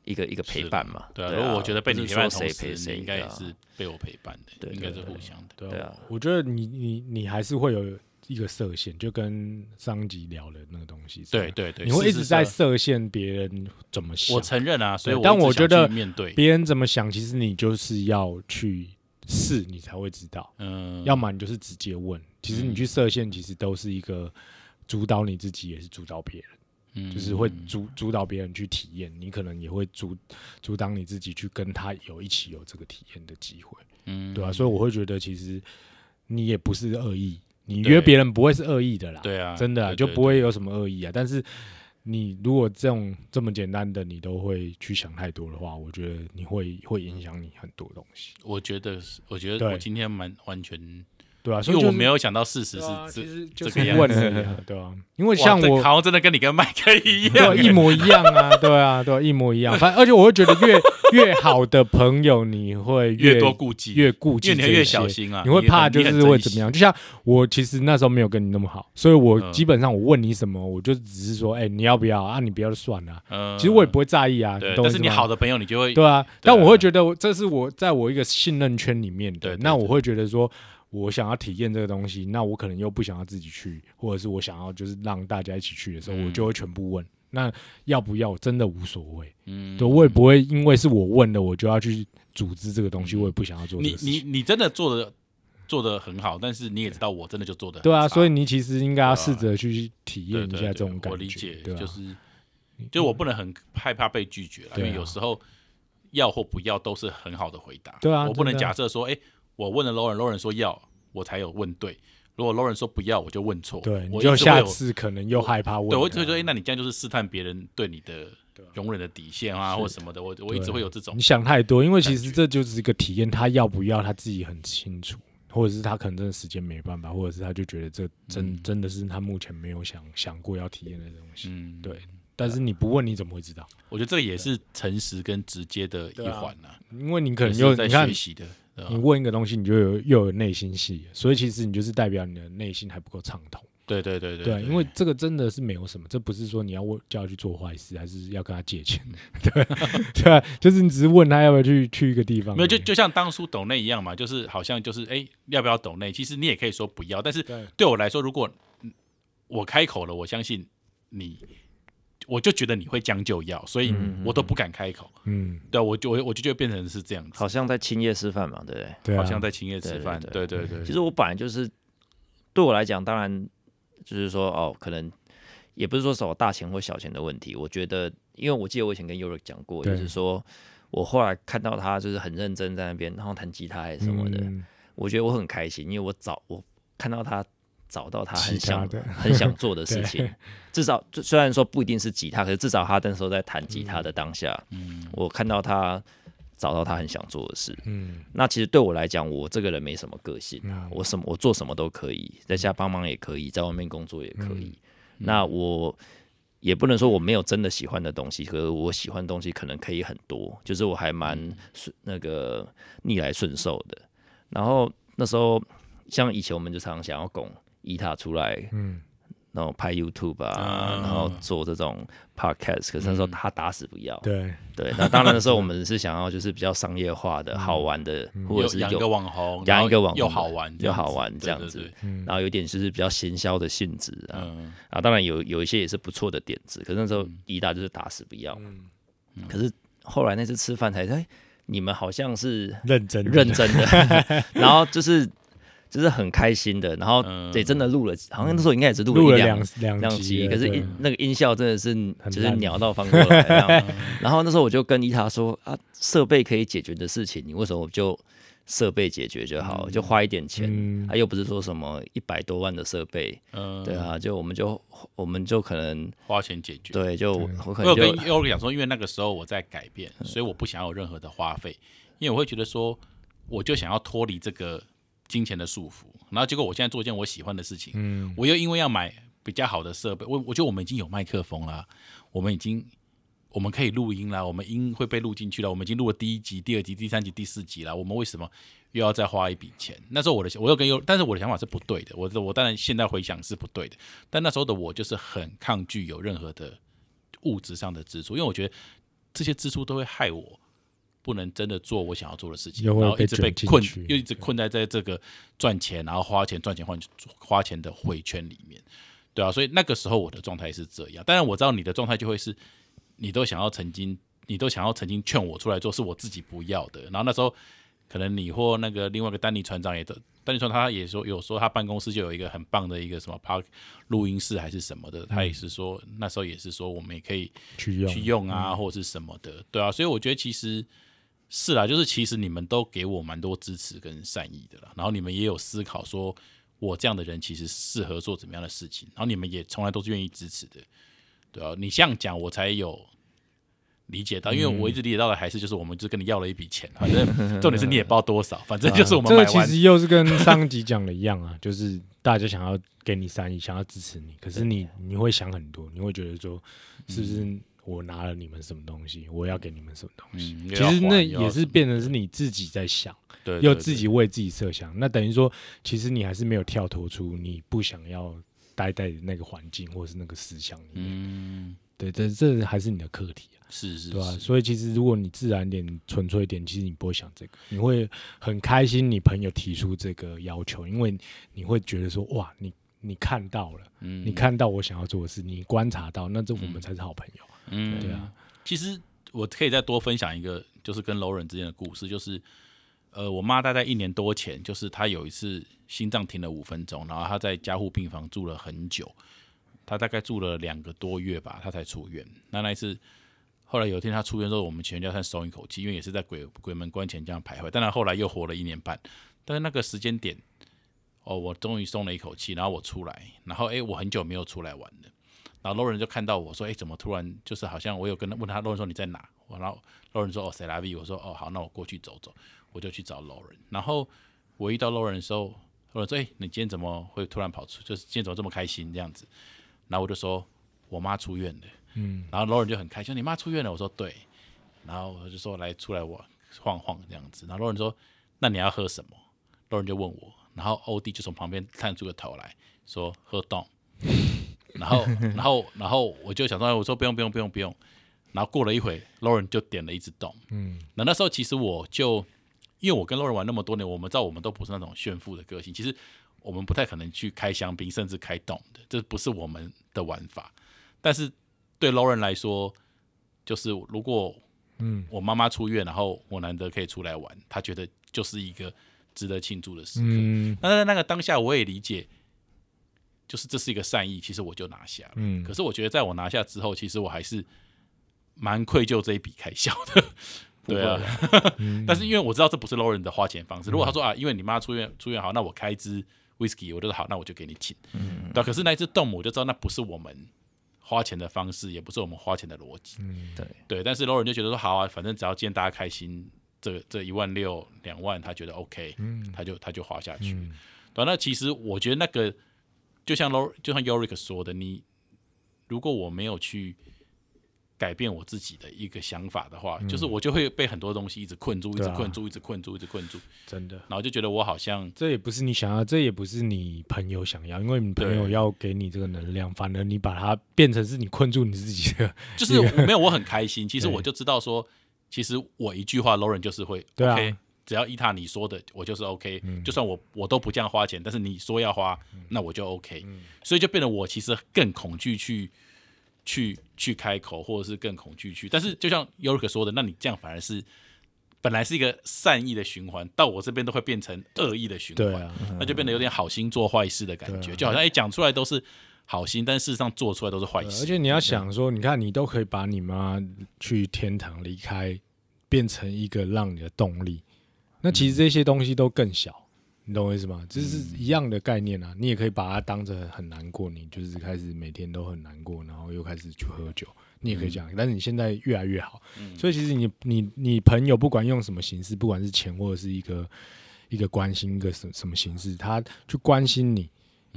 B: 一个一个陪伴嘛。
C: 对啊，
B: 对
C: 如
B: 啊，
C: 果我觉得被
B: 不
C: 你
B: 是
C: 陪伴
B: 说
C: 的同
B: 谁陪
C: 时，
B: 谁，
C: 你应该
B: 对
C: 也
B: 啊
C: 是被我陪伴的，
B: 对
C: 应
B: 对
C: 该是
B: 对
C: 互相的，
B: 对啊，
A: 我觉得你你你还是会有一个设限，就跟上集聊的那个东西是一
C: 对啊
A: 样，
C: 对对，
A: 你会一
C: 是
A: 直
C: 是
A: 在
C: 是
A: 设限别人怎么想
C: 我。承认啊，所以
A: 对
C: 我
A: 但
C: 一直
A: 我觉
C: 想
A: 得
C: 去面对，
A: 别人怎么想，其实你就是要去试，你才会知道。
C: 嗯，
A: 要么你就是直接问，其实你去设限，其实都是一个主导你自己，也是主导别人，
C: 嗯
A: 就是会主主导别人去体验，你可能也会主阻挡你自己去跟他有一起有这个体验的机会，
C: 嗯
A: 对吧、啊所以我会觉得，其实你也不是恶意，你
C: 对
A: 约别人不会是恶意的啦，
C: 对啊，
A: 真的啊、
C: 对
A: 就
C: 对
A: 不会有什么恶意啊。但是你如果这种这么简单的你都会去想太多的话，我觉得你会会影响你很多东西，
C: 我觉得是，我觉得
A: 对
C: 我今天蛮完全，因
A: 对啊，所以
C: 为
A: 就
C: 我
A: 是
C: 没有想到事实
A: 对
C: 是
A: 啊
C: 这
A: 其实就
C: 这个
A: 是
C: 样
A: 问
C: 子。
A: 而已啊，对啊，因为
C: 哇
A: 像
C: 这
A: 我。
C: 好像真的跟你跟麦克一样，
A: 对，啊一模一样啊，对啊，对啊，一模一样。反正，而且我会觉得越越好的朋友，你会
C: 越多顾忌，
A: 越顾
C: 因
A: 忌，
C: 为你会越小。心啊，
A: 你会怕
C: 很
A: 就是会怎么？样？就像我其实那时候没有跟你那么好，所以我
C: 嗯
A: 基本上我问你什么，我就只是说，哎，你要不要啊？你不要就算了啊。
C: 嗯
A: 其实我也不会在意啊，
C: 对，
A: 懂我
C: 但
A: 意
C: 是
A: 思
C: 你
A: 吗
C: 好的朋友，你就会
A: 对啊，
C: 对啊
A: 但我会觉得我这是我在我一个信任圈里面的，
C: 对对
A: 那我会觉得说。我想要体验这个东西，那我可能又不想要自己去，或者是我想要就是让大家一起去的时候，我就会
C: 嗯
A: 全部问。那要不要真的无所谓，嗯，对我也不会因为是我问的，我就要去组织这个东西，我也不想要做这
C: 嗯你
A: 个事
C: 你
A: 情。
C: 你真的做的做的很好，但是你也知道我真的就做的
A: 对啊，所以你其实应该要
C: 啊
A: 试着去体验一下这种感觉，
C: 我理解，
A: 对啊
C: 就是就我不能很害怕被拒绝啦，因
A: 对啊
C: 为有时候要或不要都是很好的回答。
A: 对啊
C: 我不能
A: 真的啊
C: 假设说，哎，我问了 Lauren，Lauren 说要，我才有问对；如果 Lauren 说不要，我就问错。
A: 对，你
C: 我
A: 就
C: 一直会
A: 下
C: 有
A: 次可能又害怕问啊
C: 对，我就
A: 他
C: 觉得，哎，那你这样就是试探别人对你的容忍的底线啊，或什么的。我我一直会有这种
A: 你，想太多，因为其实这就是一个体验，他要不要他自己很清楚，或者是他可能真的时间没办法，或者是他就觉得这真、真的是他目前没有想想过要体验的东西。
C: 嗯嗯，
A: 对，但是你不问你怎么会知道？
C: 我觉得这个也是诚实跟直接的一
A: 对啊
C: 环啊，
A: 因为你可
C: 也
A: 能
C: 是
A: 又
C: 在
A: 你看
C: 学习的。对啊
A: 你问一个东西，你就有又有内心戏了，所以其实你就是代表你的内心还不够畅通。
C: 对对对
A: 对啊，因为这个真的是没有什么，这不是说你要问叫他去做坏事，还是要跟他借 钱，对对啊，就是你只是问他要不要去去一个地方而已，
C: 没有，就就像当初抖内一样嘛，就是好像就是哎、要不要抖内？其实你也可以说不要，但是
A: 对
C: 对我来说，如果嗯我开口了，我相信你，我就觉得你会将就要，所以我都不敢开口。
A: 嗯，
C: 对，啊我就我我就就变成是这样子，
B: 好像在青叶吃饭嘛，对不对？
A: 对啊，
C: 好像在请业吃饭。对
B: 对
C: 对对，
B: 其实我本来就是，对我来讲，当然就是说，哦，可能也不是说什么大钱或小钱的问题。我觉得，因为我记得我以前跟 Yorick 讲过，就
A: 对
B: 是说我后来看到他就是很认真在那边，然后弹吉他还是什么的，
A: 嗯
B: 我觉得我很开心，因为我找我看到他找到他很
A: 其他
B: 想
A: 的
B: 很想 做的事情，至少就虽然说不一定是吉他，可是至少他那时候在弹吉他的
A: 嗯
B: 当下，我看到他找到他很想做的事。
A: 嗯，
B: 那其实对我来讲，我这个人没什么个性啊，
A: 嗯
B: 我什么我做什么都可以，在家帮忙也可以，在外面工作也可以。
C: 嗯
B: 那我也不能说我没有真的喜欢的东西，可是我喜欢的东西可能可以很多，就是我还蛮
C: 嗯
B: 顺那个逆来顺受的。然后那时候像以前我们就常常想要拱伊塔出来，
A: 嗯，
B: 然后拍 YouTube 啊，
C: 啊嗯
B: 然后做这种 podcast，可是那时候他打死不要。
A: 对，
B: 对，那当然的时 候我们是想要就是比较商业化的、好玩的，或者
C: 嗯有
B: 是
C: 养一个
B: 有。
C: 网红，
B: 养一个网红
C: 又好玩，
B: 又好玩这样
C: 对
B: 子
C: 对对，
B: 然后有点就是比较闲销的性质啊，
C: 嗯，
B: 啊，当然有有一些也是不错的点子，可是那时候伊达就是打死不要。嗯可是后来那次吃饭才哎，你们好像是
A: 认真的
B: 认真的， 然后就是就是很开心的，然后
C: 嗯
B: 也真的录了，好像那时候应该也是
A: 录
B: 了
A: 了
B: 一
A: 两
B: 两
A: 两
B: 两
A: 集
B: 集，
A: 了，
B: 可是
A: 对
B: 音那个音效真的是就是
A: 烂
B: 鸟到翻过 来这样。然后那时候我就跟伊塔说啊，设备可以解决的事情，你为什么就设备解决就好，就花一点钱，
A: 嗯
B: 啊又不是说什么一百多万的设备，
C: 嗯
B: 对啊，就我们就我们就可能
C: 花钱解决。
B: 对，就我我可
C: 我有
B: 能
C: 跟
B: 就嗯
C: y o r 讲说，因为那个时候我在改变，所以我不想要有任何的花费，因为我会觉得说，我就想要脱离这个金钱的束缚。然后结果我现在做一件我喜欢的事情，
A: 嗯，
C: 我又因为要买比较好的设备，我我觉得我们已经有麦克风啦，我们已经我们可以录音啦，我们音会被录进去了，我们已经录了第一集、第二集、第三集、第四集啦，我们为什么又要再花一笔钱？那时候我的我又跟有，但是我的想法是不对的，我的我当然现在回想是不对的，但那时候的我就是很抗拒有任何的物质上的支出，因为我觉得这些支出都会害我。不能真的做我想要做的事情，
A: 又会
C: 然后一
A: 被
C: 直被
A: 卷进
C: 困
A: 去，
C: 又一直困在在这个赚钱，然后花钱赚钱换花钱的回圈里面，对啊，所以那个时候我的状态是这样。当然我知道你的状态就会是，你都想要曾经，你都想要曾经劝我出来做，是我自己不要的。然后那时候可能你或那个另外一个丹尼船长也都，丹尼船长他也说有说他办公室就有一个很棒的一个什么 park 录音室还是什么的，他也是说那时候也是说我们也可以
A: 去用嗯
C: 去用啊，或者是什么的，对啊，所以我觉得其实是啦，就是其实你们都给我蛮多支持跟善意的啦，然后你们也有思考说我这样的人其实适合做怎么样的事情，然后你们也从来都是愿意支持的，对啊，你这样讲我才有。理解
A: 嗯
C: 到，因为我一直理解到的还是就是我们就是跟你要了一笔钱，反正重点是你也不知道多少，反正就是我们
A: 啊这
C: 买
A: 个其
C: 完
A: 实又是跟上一集讲的一样啊， 就是大家想要给你善意，想要支持你，可是你你会想很多，你会觉得说，
C: 嗯
A: 是不是我拿了你们什么东西，我要给你们什么东西？
C: 嗯
A: 其
C: 又要
A: 实
C: 还
A: 那
C: 又要
A: 也
C: 什
A: 是
C: 么
A: 变成是你自己在想，
C: 对
A: 又
C: 对
A: 自
C: 对
A: 己为自己设想，那等于说，其实你还是没有跳脱出你不想要待在那个环境或是那个思想里面。
C: 嗯，
A: 对，这这还是你的课题啊，
C: 是是
A: 对吧、
C: 是，
A: 所以其实如果你自然点、纯粹一点，其实你不会想这个，你会很开心你朋友提出这个要求，因为你会觉得说哇，你你看到了，
C: 嗯
A: 你看到我想要做的事，你观察到，那这我们才是好朋友。
C: 嗯，
A: 对啊。
C: 其实我可以再多分享一个，就是跟 Lauren 之间的故事，就是呃，我妈大概一年多前，就是她有一次心脏停了五分钟，然后她在加护病房住了很久，她大概住了两个多月吧，她才出院。那那一次。后来有一天她出院之后，我们全家算松一口气，因为也是在鬼鬼门关前这样徘徊。当然后来又活了一年半，但是那个时间点，哦，我终于松了一口气，然后我出来，然后诶，我很久没有出来玩了。然后 Lauren 就看到我说：“哎，怎么突然就是好像我有跟他问他 Lauren 说你在哪？”我然后 Lauren 说：“哦，塞拉 V。”我说：“哦，好，那我过去走走。”我就去找 Lauren。然后我遇到 Lauren 的时候，Lauren 说：“哎，你今天怎么会突然跑出？就是今天怎么这么开心这样子？”然后我就说：“我妈出院了。”嗯，然后 Lauren 就很开心：“你妈出院了？”我说：“对。”然后我就说：“来，出来我晃晃这样子。”然后 Lauren 说：“那你要喝什么？”Lauren 就问我，然后欧弟就从旁边探出个头来说：“喝 d o n 然后，然后，然后我就想说，哎我说不用，不用，不用，不用。然后过了一会，Lauren 就点了一支洞。嗯，那那时候其实我就，因为我跟 Lauren 玩那么多年，我们知道我们都不是那种炫富的个性，其实我们不太可能去开香槟，甚至开洞的，这不是我们的玩法。但是对 Lauren 来说，就是如果嗯我妈妈出院，然后我难得可以出来玩，她觉得就是一个值得庆祝的时刻。
A: 嗯
C: 那在那个当下，我也理解，就是这是一个善意，其实我就拿下了。
A: 嗯
C: 可是我觉得在我拿下之后，其实我还是蛮愧疚这一笔开销的。对啊，但是因为我知道这不是 Lauren 的花钱方式。如果他说啊，因为你妈出院出院好，那我开一支 whisky，我就说好，那我就给你请。对啊、可是那一只动物，我就知道那不是我们花钱的方式，也不是我们花钱的逻辑。
B: 对，
C: 对，但是 Lauren 就觉得说好啊，反正只要见大家开心，这这一万六两万，他觉得 OK，、他
A: 嗯
C: 就他就花下去。对啊，那其实我觉得那个就像 Lauren 就像 Yorick 说的，你如果我没有去改变我自己的一个想法的话，就是我就会被很多东西一直困住，一直
A: 嗯对啊
C: 困住，一直困住，一直困住，
A: 真的，
C: 然后就觉得我好像
A: 这也不是你想要，这也不是你朋友想要，因为你朋友
C: 对
A: 要给你这个能量，反而你把它变成是你困住你自己的。
C: 就是我没有我很开心，其实我就知道说，其实我一句话，Lauren 就是会
A: 对啊嗯
C: OK，只要依他你说的，我就是 OK，、就算我我都不这样花钱，但是你说要花，那我就 OK，、所以
A: 嗯
C: 就变得我其实更恐惧去去去开口，或者是更恐惧去，但是就像 York 说的，那你这样反而是。本来是一个善意的循环，到我这边都会变成恶意的循环，
A: 对啊，
C: 那就变得有点好心做坏事的感觉，就好像哎讲、出来都是好心，但事实上做出来都是坏事。
A: 呃啊而且你要想说，你看你都可以把你妈去天堂离开，变成一个让你的动力。那其实这些东西都更小，你懂我意思吗？这是一样的概念啊。你也可以把它当成很难过，你就是开始每天都很难过，然后又开始去喝酒，你也可以这样。但是你现在越来越好，所以其实你你你朋友不管用什么形式，不管是钱或者是一个一个关心一个什什么形式，他去关心你，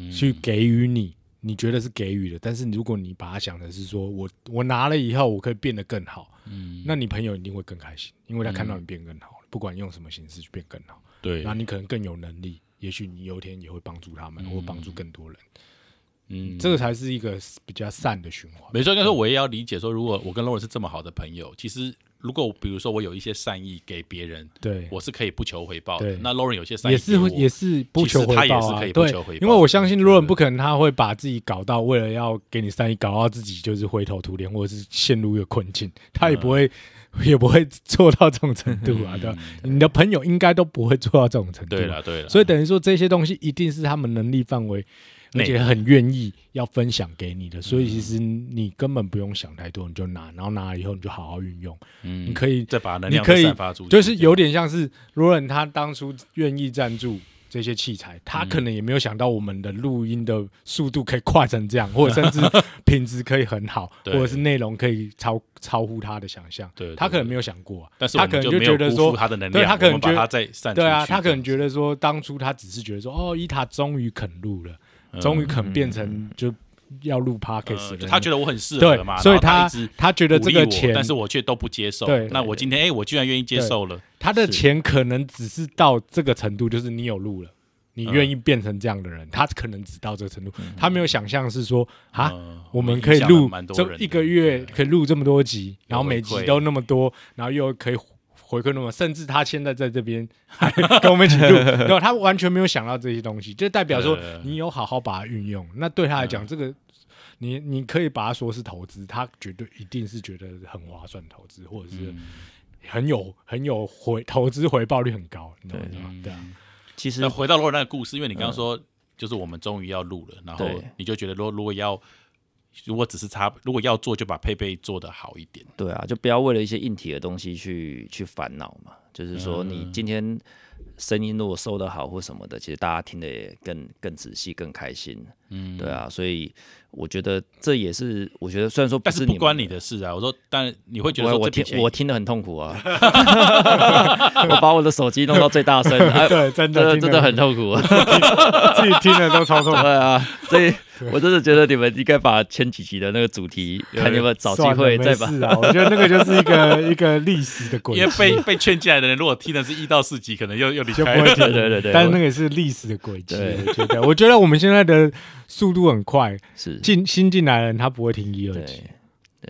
A: 去给予你，你觉得是给予的，但是如果你把它想的是说我我拿了以后我可以变得更好，嗯，那你朋友一定会更开心，因为他看到你变更好了，不管用什么形式去变更好，
C: 对
A: 然后你可能更有能力，也许你有一天也会帮助他们，或帮助更多人，
C: 嗯，
A: 这个才是一个比较善的循环。
C: 没错，但是我也要理解说，如果我跟 Lauren 是这么好的朋友，其实如果比如说我有一些善意给别人，
A: 对，
C: 我是可以不求回报的
A: 对。
C: 那 Lauren 有些善意
A: 也是会
C: 给我
A: 也是不求回
C: 其实他也
A: 报
C: 是
A: 啊，
C: 可以不
A: 对
C: 求回，报
A: 因为我相信罗伦不可能他会把自己搞到为了要给你善意，搞到自己就是灰头土脸，或者是陷入一个困境，他也不
C: 嗯
A: 会、也不会做到这种程度 啊，对吧？你的朋友应该都不会做到这种程度啊，
C: 对了对了，
A: 所
C: 以
A: 以等于说这些东西一定是他们能力范围，
C: 内嗯
A: 而且很愿意要分享给你的，所以其实你根本不用想太多，你就拿，然后拿了以后你就好好运用，
C: 嗯
A: 你可以
C: 再把能
A: 你
C: 量
A: 可
C: 再
A: 以
C: 散发出去，
A: 就是有点像是罗伦他当初愿意赞助这些器材，他
C: 嗯
A: 可能也没有想到我们的录音的速度可以快成这样，或者甚 至品质可以很好，或
C: 对
A: 者是内容可以超超乎他的想象。
C: 对对
A: 他可能没有想过啊、
C: 但是我
A: 他
C: 们
A: 可能
C: 没有
A: 觉得
C: 辜负
A: 说
C: 他的能
A: 对
C: 量，
A: 他可能
C: 我们把
A: 觉
C: 它再散出
A: 对
C: 去。
A: 啊，他可能
C: 这
A: 觉
C: 样
A: 得说，当初他只是觉得说，哦，伊塔终于肯录了，
C: 嗯
A: 终于肯变成就要录 podcast
C: 呃
A: 了、
C: 就他觉得我很适合嘛，
A: 对，所以
C: 然后他
A: 他
C: 一直
A: 他觉得这
C: 鼓
A: 个
C: 励我
A: 钱，
C: 但是我却都不接受。
A: 对
C: 那我今天哎，我居然愿意接受了，
A: 他的
C: 是
A: 钱可能只是到这个程度，就是你有录了，你愿意
C: 嗯
A: 变成这样的人，他可能只到这个程度，他没有想象是说啊，
C: 嗯
A: 我们可以
C: 影响了
A: 录
C: 蛮多
A: 这
C: 人的啊
A: 一个月可以录这么多集，然后每
C: 回
A: 集
C: 馈
A: 都那么多，然后又可以回馈那么，甚至他现在在这边 跟我们一起录，然后他完全没有想到这些东西，就代表说
C: 对嗯
A: 你有好好把它运用。那对他来讲，这个你你可以把它说是投资，他绝对一定是觉得很划算的投资，或者
C: 嗯
A: 是很有很有回投资回报率很高，你懂吗？对啊，
B: 其实
C: 那回到罗那个故事，因为你刚刚说，就是我们终于要录了，然后
B: 对
C: 你就觉得，如果如果要，如果只是差，如果要做，就把配备做得好一点。
B: 对啊，就不要为了一些硬体的东西去去烦恼嘛。就是说，你今天声音如果收得好或什么的，其实大家听得也更更仔细、更开心。嗯，对啊，所以我觉得这也是我觉得虽然说
C: 但
B: 是
C: 是
B: 你
C: 不
B: 们
C: 关你的事啊。我说，但你会觉得
B: 我
C: 说
B: 我
C: 这笔
B: 听
C: 钱
B: 我听得很痛苦啊，我把我的手机弄到最大声，
C: 嗯
B: 哎
A: 对真
C: 呃
A: 的
B: 真
A: 听
B: 的
A: 得
B: 很痛 苦。啊
A: 自己听了都超痛苦。
B: 对啊，所以我真的觉得你们应该把前几集的那个主题，看有没有找机
A: 算了
B: 会
A: 没
B: 再把
A: 事啊，我觉得那个就是一个一个历史的轨
C: 因为
A: 迹，
C: 被被劝进来的人，如果听的是一到四级，可能又又离
A: 就不
C: 开
A: 会
C: 了。
A: 停。
B: 对对对对
A: 但是那个也是历史的轨迹，
B: 对
A: 我觉得，我觉得我们现在的速度很快，
B: 是
A: 进新进来的人他不会听一二
B: 对哦
A: 集，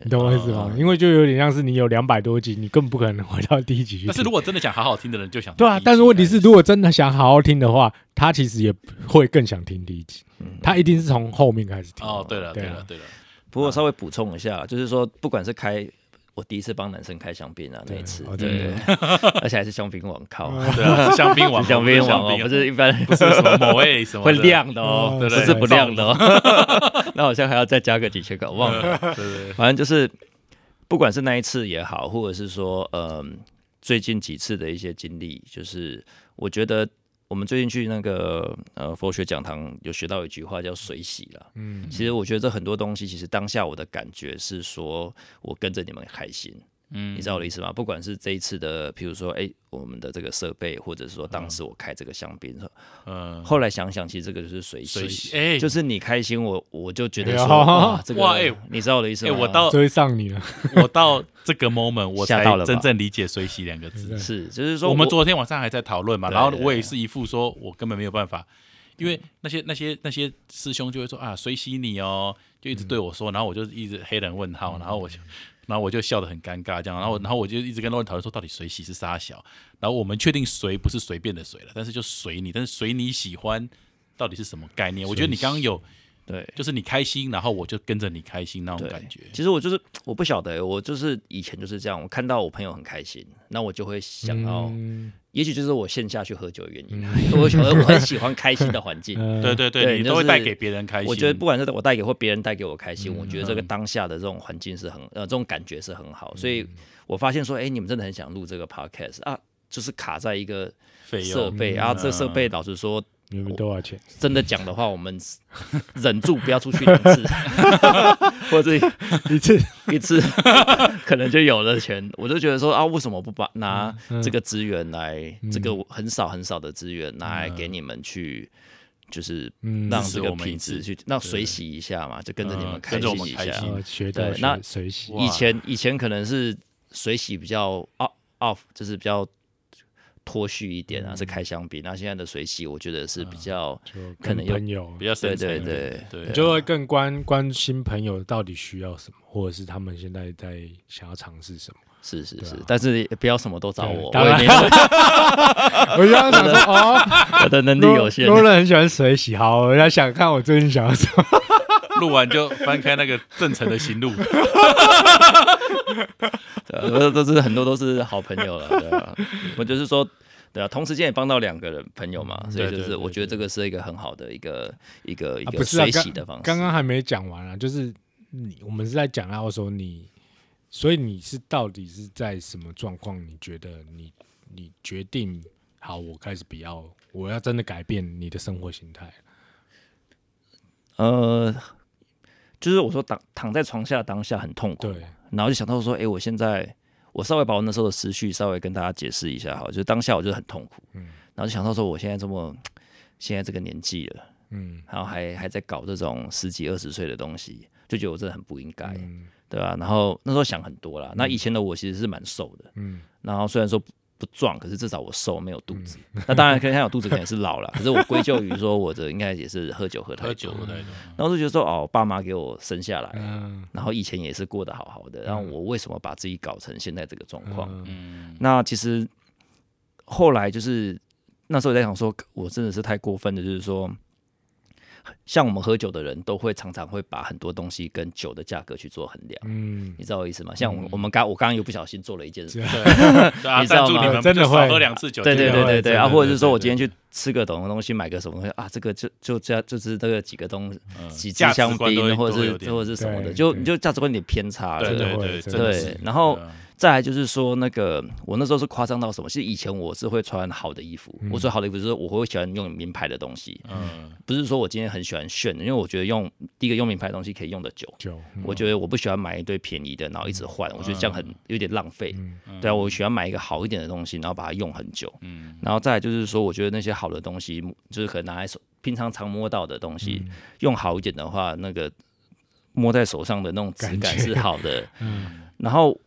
A: 你懂我意思吗？因为就有点像是你有两百多集，你根本不可能回到第一集去听。
C: 但是如果真的想好好听的人，就想
A: 对啊
C: 第一，集
A: 但是问题
C: 开
A: 是，
C: 始
A: 如果真的想好好听的话，他其实也会更想听第一集，
B: 嗯
A: 他一定是从后面开始听。
C: 哦，对了
A: 对
C: 对
A: 啊
C: 了对了，
B: 不过稍微补充一下，就是说，不管是开我第一次帮男生开香槟啊，那一次
A: 哦， 真
B: 对
A: 的，
B: 而且还是香槟网靠，
C: 对啊，香槟王，
B: 香槟网哦，
C: 不
B: 不
C: 是
B: 是一般
C: 不是什么某位什么
B: 会
C: 的，
B: 亮的哦，
A: 哦
B: 不
A: 对对
B: 是不亮的哦。 那好像还要再加个几千个，我忘了。
C: 对对对，
B: 反正就是，不管是那一次也好，或者是说，嗯，最近几次的一些经历，就是我觉得我们最近去那个呃佛学讲堂有学到一句话叫“随喜”了。
A: 嗯，
B: 其实我觉得这很多东西，其实当下我的感觉是说，我跟着你们开心，
C: 嗯
B: 你知道我的意思吗？不管是这一次的，比如说，哎、我们的这个设备，或者是说当时我开这个香槟，
C: 嗯，
B: 后来想想，其实这个就是随喜，
C: 随喜哎
B: 就是你开心，我我就觉得说，
A: 哎呦
B: 哇，这个，
C: 哇哎
B: 你知道我的意思
C: 哎，
B: 吗？
C: 我到
A: 追上你了，
C: 我到这个 moment，我
B: 吓
C: 才
B: 到了吧
C: 真正理解“水洗”两个字。
B: 是，就是说
C: 嗯我们昨天晚上还在讨论嘛，
B: 对嗯
C: 然后我也是一副说我根本没有办法，因为那些那些那些师兄就会说啊，水洗你哦，就一
B: 嗯
C: 直对我说，然后我就一直黑人问号，然后我就。 然后我就笑得很尴尬，这样，然后然后我就一直跟罗文讨论说，到底水洗是啥小？然后我们确定水不是随便的水了，但是就随你，但是随你喜欢，到底是什么概念？我觉得你刚刚有，
B: 对
C: 就是你开心，然后我就跟着你开心那种
B: 对
C: 感觉。
B: 其实我就是我不晓得，我就是以前就是这样，我看到我朋友很开心，那我就会想要，
A: 嗯
B: 也许就是我线下去喝酒的原因，
C: 嗯
B: 我觉得我很喜欢开心的环境。
A: 呃
C: 对对
B: 对
C: 对，你
B: 就
C: 都会带
B: 是
C: 给别人开 心。
B: 我觉得不管是我带给或别人带给我开心，我
C: 嗯
B: 觉得这个当下的这种环境是很呃这种感觉是很好，所
C: 嗯
B: 以我发现说，哎，你们真的很想录这个 podcast 啊，就是卡在一个
C: 费用嗯
B: 设备啊，这设备老实说，
A: 你们多少钱？
B: 真的讲的话，我们 忍住不要出去两 次，或者
A: 一次
B: 一次 可能就有了钱。我就觉得说啊，为什么不把拿
C: 嗯
B: 这个资源来，这个很少很少的资源拿来给你们去，就是
A: 嗯
B: 让
C: 支持
B: 这个
C: 我们一
B: 品质
C: 次
B: 去让水洗一下嘛，就跟着你们
C: 嗯
B: 开
C: 跟着我
B: 心
C: 们
B: 一
C: 开
B: 下
C: 心。
A: 呃学到
B: 对那
A: 学随喜
C: 哇
B: 以前以前可能是水洗比较 off off，就是比较脱序一点啊，
C: 嗯
B: 是开香槟。那现在的水洗，我觉得是比
C: 啊
B: 较。
A: 就
B: 可能
A: 跟
B: 有
A: 朋友
C: 比较深层一点
B: 对
C: 的对
A: 你就会更关关心朋友到底需要什么，或者是他们现在在想要尝试 什么。
B: 是是是，但是也不要什么都找
A: 啊对
B: 我，我
A: 当然
B: 也没有
A: 我就刚想说，哦，
B: 我的能力有限。
A: 罗伦很喜欢水洗，好，我在想看我最近想要什么。
C: 录完就翻开那个正常的行路，
B: 对，啊都都是很多都是好朋友了，对啊。我就是说，对啊，同时间也帮到两个人朋友
A: 嗯
B: 嘛，所以就
C: 对对
B: 是
C: 对
B: 我觉得这个是一个很好的一个一个一
A: 啊
B: 个
A: 不是啊
B: 水洗
A: 刚
B: 的方式。
A: 刚刚还没讲完啊，就是你我们是在讲到说你，所以你是到底是在什么状况？你觉得你你决定好，我开始不要，我要真的改变你的生活形态。
B: 呃，就是我说躺躺在床下当下很痛苦，
A: 对，
B: 然后就想到说，哎、我现在我稍微把我那时候的思绪稍微跟大家解释一下哈，就是当下我就很痛苦，
A: 嗯
B: 然后就想到说我现在这么现在这个年纪了，
A: 嗯
B: 然后还还在搞这种十几二十岁的东西，就觉得我真的很不应该。
A: 嗯
B: 对吧、然后那时候想很多啦。那以前的我其实是蛮瘦的，
A: 嗯
B: 然后虽然说不壮，可是至少我瘦，没有肚子。那当然，可能他有肚子，可能是老了。可是我归咎于说，我的应该也是喝酒喝太多。
C: 喝酒喝太多，
B: 然后我就觉得说，哦，我爸妈给我生下来，
A: 嗯
B: 然后以前也是过得好好的，然后我为什么把自己搞成现在这个状况？
A: 嗯
C: 嗯，
B: 那其实后来就是那时候在想说，我真的是太过分的，就是说，像我们喝酒的人都会常常会把很多东西跟酒的价格去做衡量，
A: 嗯，
B: 你知道我意思吗？像我我们刚我刚刚又不小心做了一件事，
C: 对嗯啊，
B: 你知道
C: 赞助
B: 吗
C: 你们
A: 真的
C: 就
A: 会
C: 少喝两次酒，
B: 对对对
A: 会
B: 对
A: 真
B: 对
A: 的
B: 啊，
A: 会
B: 或者是说我今
C: 对
B: 天去吃个什么东西，买个什么东西啊，这个就就这样，就是这个几个东西，
C: 嗯
B: 几支
C: 价值
B: 香
C: 观都会
B: 槟，或者
C: 都会有
B: 是
C: 点
B: 或者是什么的，
A: 对
B: 就
A: 对
B: 你就价值观有点偏差了。
C: 对对
A: 会
C: 对，
A: 真
C: 真
A: 的
C: 的
A: 会
C: 是
B: 对，然后
C: 对啊
B: 再来就是说，那个我那时候是夸张到什么？其实以前我是会穿好的衣服，我说好的衣服就是我会喜欢用名牌的东西，
C: 嗯，
B: 不是说我今天很喜欢炫，因为我觉得用第一个用名牌的东西可以用的久，
A: 酒，
B: 我觉得我不喜欢买一堆便宜的，然后一
A: 嗯
B: 直换，我觉得这样很有点浪费。对啊，我喜欢买一个好一点的东西，然后把它用很久。嗯，然后再来就是说，我觉得那些好的东西，就是可能拿在手，平常常摸到的东
A: 嗯
B: 西，用好一点的话，那个摸在手上的那种质
A: 感
B: 感
A: 觉
B: 是好的。 嗯，然后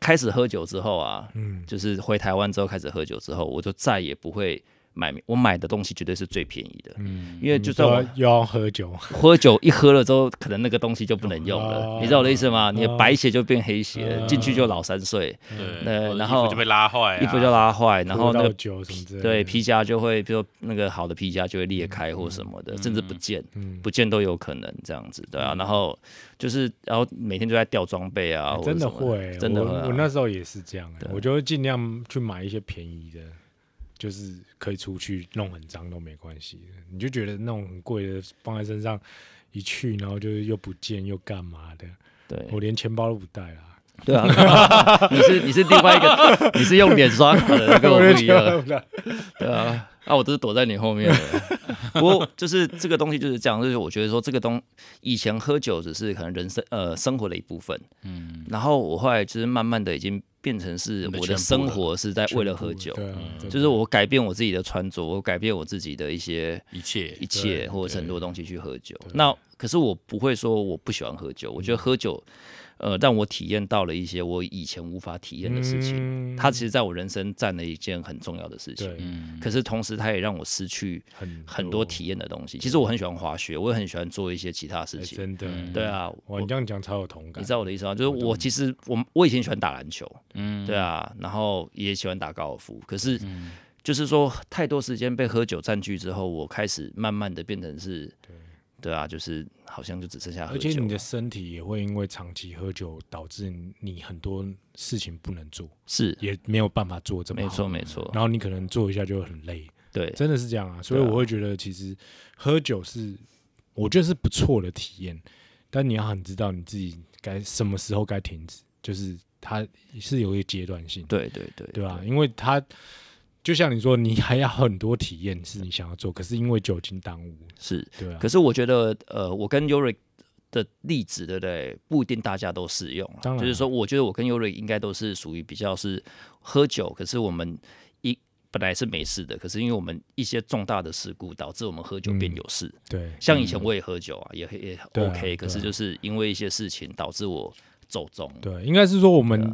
B: 开始喝酒之后啊，
A: 嗯
B: 就是回台湾之后开始喝酒之后，我就再也不会买我买的东西绝对是最便宜的。嗯，因为就算我
A: 说又要喝酒，
B: 喝酒一喝了之后，可能那个东西就不能用了，
A: 哦
B: 你知道我的意思吗？你的白鞋就变黑鞋了，进去就老三岁，
C: 对，
B: 那
C: 我的
B: 然
C: 衣服
B: 后
C: 就被拉坏啊，
B: 衣服就拉坏，然后
A: 喝
B: 那
A: 到
B: 个
A: 酒什么之类的，
B: 对皮夹就会，比如说那个好的皮夹就会裂开或什么
A: 嗯
B: 的，甚至不见，不见都有可能这样子，对啊。然后就是，然后每天就在掉装备啊，
A: 哎
B: 或者
A: 真的
B: 什么
A: 会，
B: 真的
A: 我
B: 会啊
A: 我那时候也是这样，哎我就会尽量去买一些便宜的，就是可以出去弄很脏都没关系的，你就觉得那种很贵的放在身上一去，然后就是又不见又干嘛的，
B: 对
A: 我连钱包都不带 啦，
B: 对啊。 你是你是另外一个，你是用脸刷卡 的，跟我
A: 连
B: 不一
A: 钱
B: 样
A: 包。都不带，
B: 对啊， 啊，我都是躲在你后面的。 不过就是这个东西就是这样，就是我觉得说这个东以前喝酒只是可能人生呃生活的一部分，嗯，然后我后来就是慢慢的已经变成是
C: 你的
B: 我的
C: 全部
B: 生
C: 了
B: 活是在为了 喝
A: 全部
B: 酒，嗯
A: 对啊，真的
B: 就是我改变我自己的穿着，我改变我自己的一些
C: 一切
B: 一切或者是很多东西去喝酒。那可是我不会说我不喜欢喝酒，我觉得喝酒呃让我体验到了一些我以前无法体验的事情，
A: 情
B: 它其实在我人生占了一件很重要的事情。
A: 嗯对
B: 可是同时它也让我失去
A: 很
B: 很多体验的东西。其实我很喜欢滑雪，我也很喜欢做一些其他事
A: 哎
B: 情。
A: 真的，
B: 对啊，
A: 哇，你这样讲超有同感，
B: 你知道我的意思吗？就是我其实我我以前喜欢打篮球，嗯，对啊，然后也喜欢打高尔夫，可是。
A: 嗯
B: 就是说，太多时间被喝酒占据之后，我开始慢慢的变成是，对啊，就是好像就只剩下喝
A: 而
B: 酒啊
A: 且
B: 了。
A: 你的身体也会因为长期喝酒导致你很多事情不能做，
B: 是
A: 也没有办法做这么
B: 没
A: 好
B: 错没错，
A: 然后你可能做一下就会很累，
B: 对，
A: 真的是这样啊。所以
B: 对啊
A: 我会觉得，其实喝酒是我觉得是不错的体验，但你要很知道你自己该什么时候该停止，就是它是有一个阶段性，
B: 对对对
A: 对啊吧？因为它就像你说，你还要很多体验是你想要做，可是因为酒精耽误，
B: 是。
A: 对啊
B: 可，是我觉得，呃，我跟 Yuri 的例子，对不对？不一定大家都适用啦啊
A: 当然啊
B: 就是说，我觉得我跟 Yuri 应该都是属于比较是喝酒，可是我们一本来是没事的，可是因为我们一些重大的事故，导致我们喝酒变有事。
A: 对，
B: 像以前我也喝酒啊，也也
A: 嗯对啊
B: OK，、
A: 对啊
B: 可是就是因为一些事情导致我走中。
A: 对，应该是说我们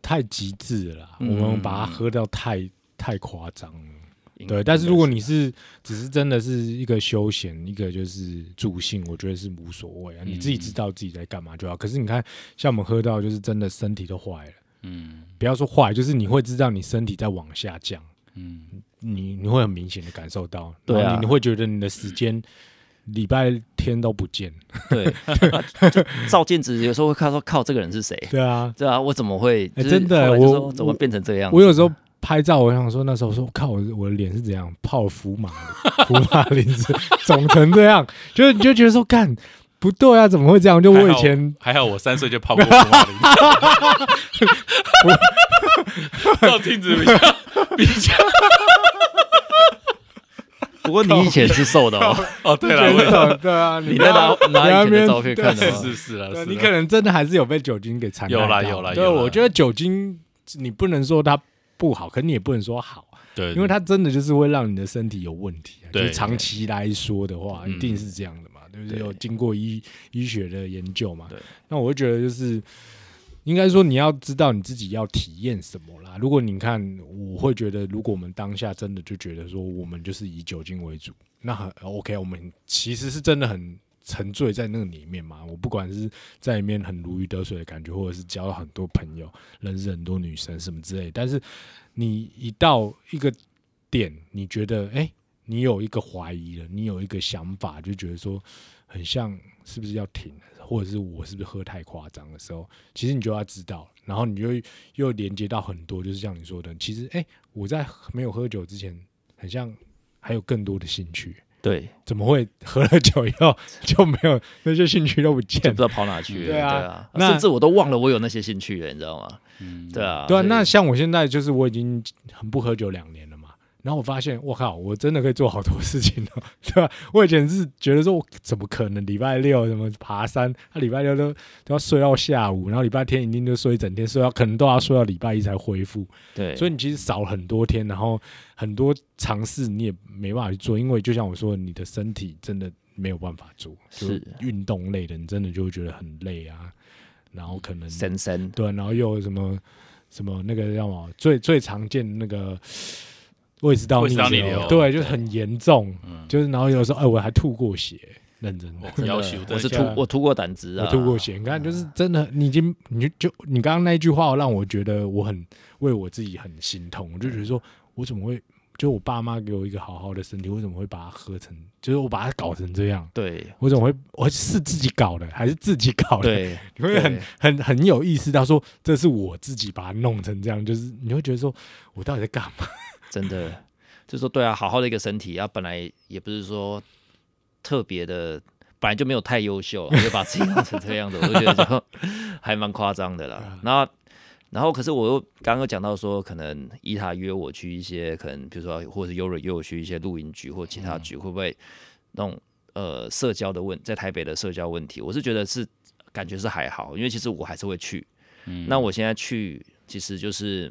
A: 太极致了啦，
B: 啊嗯
A: 我们把它喝到太太夸张了。
B: 应
A: 对，但是如果你
B: 应该啊
A: 是只是真的是一个休闲，一个就是助兴，我觉得是无所谓啊。你自己
B: 嗯
A: 知道自己在干嘛就好。可是你看，像我们喝到就是真的身体都坏了，
C: 嗯
A: 不要说坏，就是你会知道你身体在往下降，
C: 嗯，
A: 你你会很明显的感受到，
B: 对啊
A: 然后你你会觉得你的时间礼拜天都不见，
B: 对， 啊就照镜子有时候会看说靠，这个人是谁？
A: 对啊，
B: 对啊，我怎么会？
A: 哎
B: 就是
A: 真的
B: 后来就
A: 我
B: 说怎么变成这个样子？
A: 我有时候拍照，我想说那时候说靠，我我的脸是怎样泡福马 林福马林是肿成这样，就是你就觉得说干不对啊，怎么会这样？就我以前
C: 还好我三岁就泡过福 马林，照镜子比较比较
B: 不过你以前是瘦 的哦，
C: 哦，对
A: 觉
C: 了，我
A: 得
C: 也
A: 说对啊，
B: 你
A: 你
B: 在拿
A: 不
B: 拿
A: 要
B: 以前的照片看
A: 对啊
B: 的
C: 是
B: 吗？
C: 是是了，
A: 对啊
C: 是
A: 你
C: 啦
A: 可能真的还是有被酒精给残害
C: 有啦
A: 到
C: 有啦
A: 对，
C: 有啦
A: 我觉得酒精你不能说它不好，可你也不能说好，
C: 对，
A: 因为它真的就是会让你的身体有问题啊。就
C: 对
A: 是长期来说的话，
C: 嗯
A: 一定是这样的嘛，对不对？
B: 对
A: 有经过医医学的研究嘛
B: 对。
A: 那我会觉得就是应该说你要知道你自己要体验什么啦。如果你看，我会觉得，如果我们当下真的就觉得说，我们就是以酒精为主，那很 OK，我们其实是真的很沉醉在那个里面嘛。我不管是在里面很如鱼得水的感觉，或者是交到很多朋友，认识很多女生什么之类，但是你一到一个点，你觉得哎、诶你有一个怀疑了，你有一个想法，就觉得说很像是不是要停了，或者是我是不是喝太夸张的时候，其实你就要知道，然后你就又连接到很多，就是像你说的，其实哎、诶我在没有喝酒之前，很像还有更多的兴趣。
B: 对，
A: 怎么会喝了酒以后就没有那些兴趣都不
B: 就
A: 见
B: 不知道跑哪去了。
A: 对啊
B: 啊，
A: 那
B: 甚至我都忘了我有那些兴趣了，你知道吗？
C: 嗯，
B: 对啊，
A: 对啊，
B: 所以
A: 那像我现在就是我已经很不喝酒两年了嘛，然后我发现我靠，我真的可以做好多事情哦， 对吧、我以前是觉得说，我怎么可能礼拜六什么爬山，啊礼拜六都都要睡到下午，然后礼拜天一定就睡一整天，睡到可能都要睡到礼拜一才恢复，
B: 对，
A: 所以你其实少了很多天，然后很多尝试你也没办法去做，因为就像我说的，你的身体真的没有办法做，就是
B: 是
A: 运动类的，你真的就会觉得很累啊，然后可能
B: 深深
A: 对，啊然后又有什么什么那个叫什么最最常见的那个胃食道
C: 胃
A: 逆
C: 食道逆
A: 流，
C: 流
A: 对，就是很严重，
C: 嗯
A: 就是然后有时候哎，我还吐过血，认真的
C: 我。要求
B: 我是
A: 这
B: 吐
A: 样
B: 我吐过胆汁
A: 我
B: 啊，
A: 吐过血，你看，就是真的，你已经，你就就你刚刚那一句话，让我觉得我很为我自己很心痛，我就觉得说，我怎么会，就我爸妈给我一个好好的身体，我怎么会把它喝成，就是我把它搞成这样，
B: 对
A: 我怎么会，我是自己搞的，还是自己搞的？
B: 对，
A: 哦你会很
B: 对
A: 很很有意识到说，这是我自己把它弄成这样，就是你会觉得说，我到底在干嘛？
B: 真的就说对啊，好好的一个身体啊，本来也不是说特别的。本来就没有太优秀，啊 就把自己弄成这个样子，我就觉得就还蛮夸张的
A: 嗯
B: 啦。然后，然后可是我又刚刚有讲到说，可能伊塔约我去一些可能，比如说或者是 Yuri 约我去一些露营局或其他
A: 嗯
B: 局，会不会那种呃社交的问，在台北的社交问题，我是觉得是感觉是还好，因为其实我还是会去。
A: 嗯
B: 那我现在去，其实就是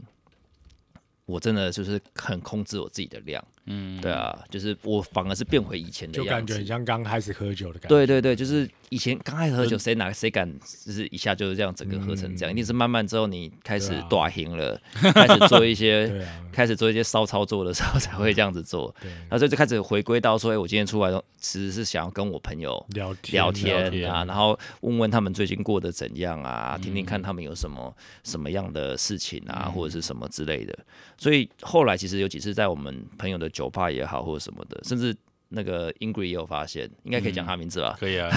B: 我真的就是很控制我自己的量。嗯，对啊，就是我反而是变回以前的
A: 就
B: 样
A: 感
B: 子
A: 觉。很像刚开始喝酒的感觉。嗯
B: 对对对，就是以前刚开始喝酒，谁哪谁敢，就是一下就是这样整个喝成这样，一定是慢慢之后你开始
A: 对啊
B: 短行了，开始做一些。
A: 对啊，
B: 开始做一些骚操作的时候才会这样子做，然后所以就开始回归到说，哎、我今天出来的其实是想要跟我朋友
A: 聊天
B: 聊
C: 聊
B: 天
C: 天
B: 啊，然后问问他们最近过得怎样啊，听听看他们有什么什么样的事情啊，或者是什么之类的。所以后来其实有几次在我们朋友的酒吧也好，或者什么的，甚至那个 Ingrid 也有发现，应该可以讲他名字吧？
C: 可以啊，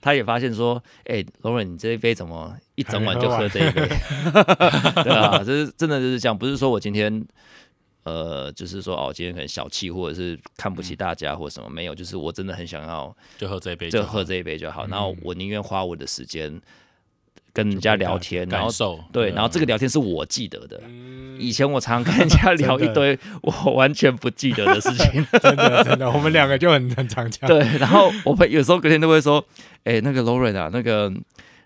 B: 他也发现说，哎、罗 l a u r e n 你这一杯怎么一整晚就
A: 还没
B: 喝这一杯？ 对啊，就是真的就是这样，不是说我今天。呃，就是说哦，今天很小气，或者是看不起大家，或者什么没有，就是我真的很想要
C: 就喝这一杯
B: 就
C: 酒，
B: 喝这一杯就好。然后我宁愿花我的时间跟人家聊天，然后
C: 感受
B: 对，
C: 啊
B: 然后这个聊天是我记得的。以前我常跟人家 聊一
A: 真的
B: 堆我完全不记得的事情，
A: 真的真的，我们两个就很很常讲。
B: 对。然后我朋有时候隔天都会说：“哎、那个 Lauren 啊，那个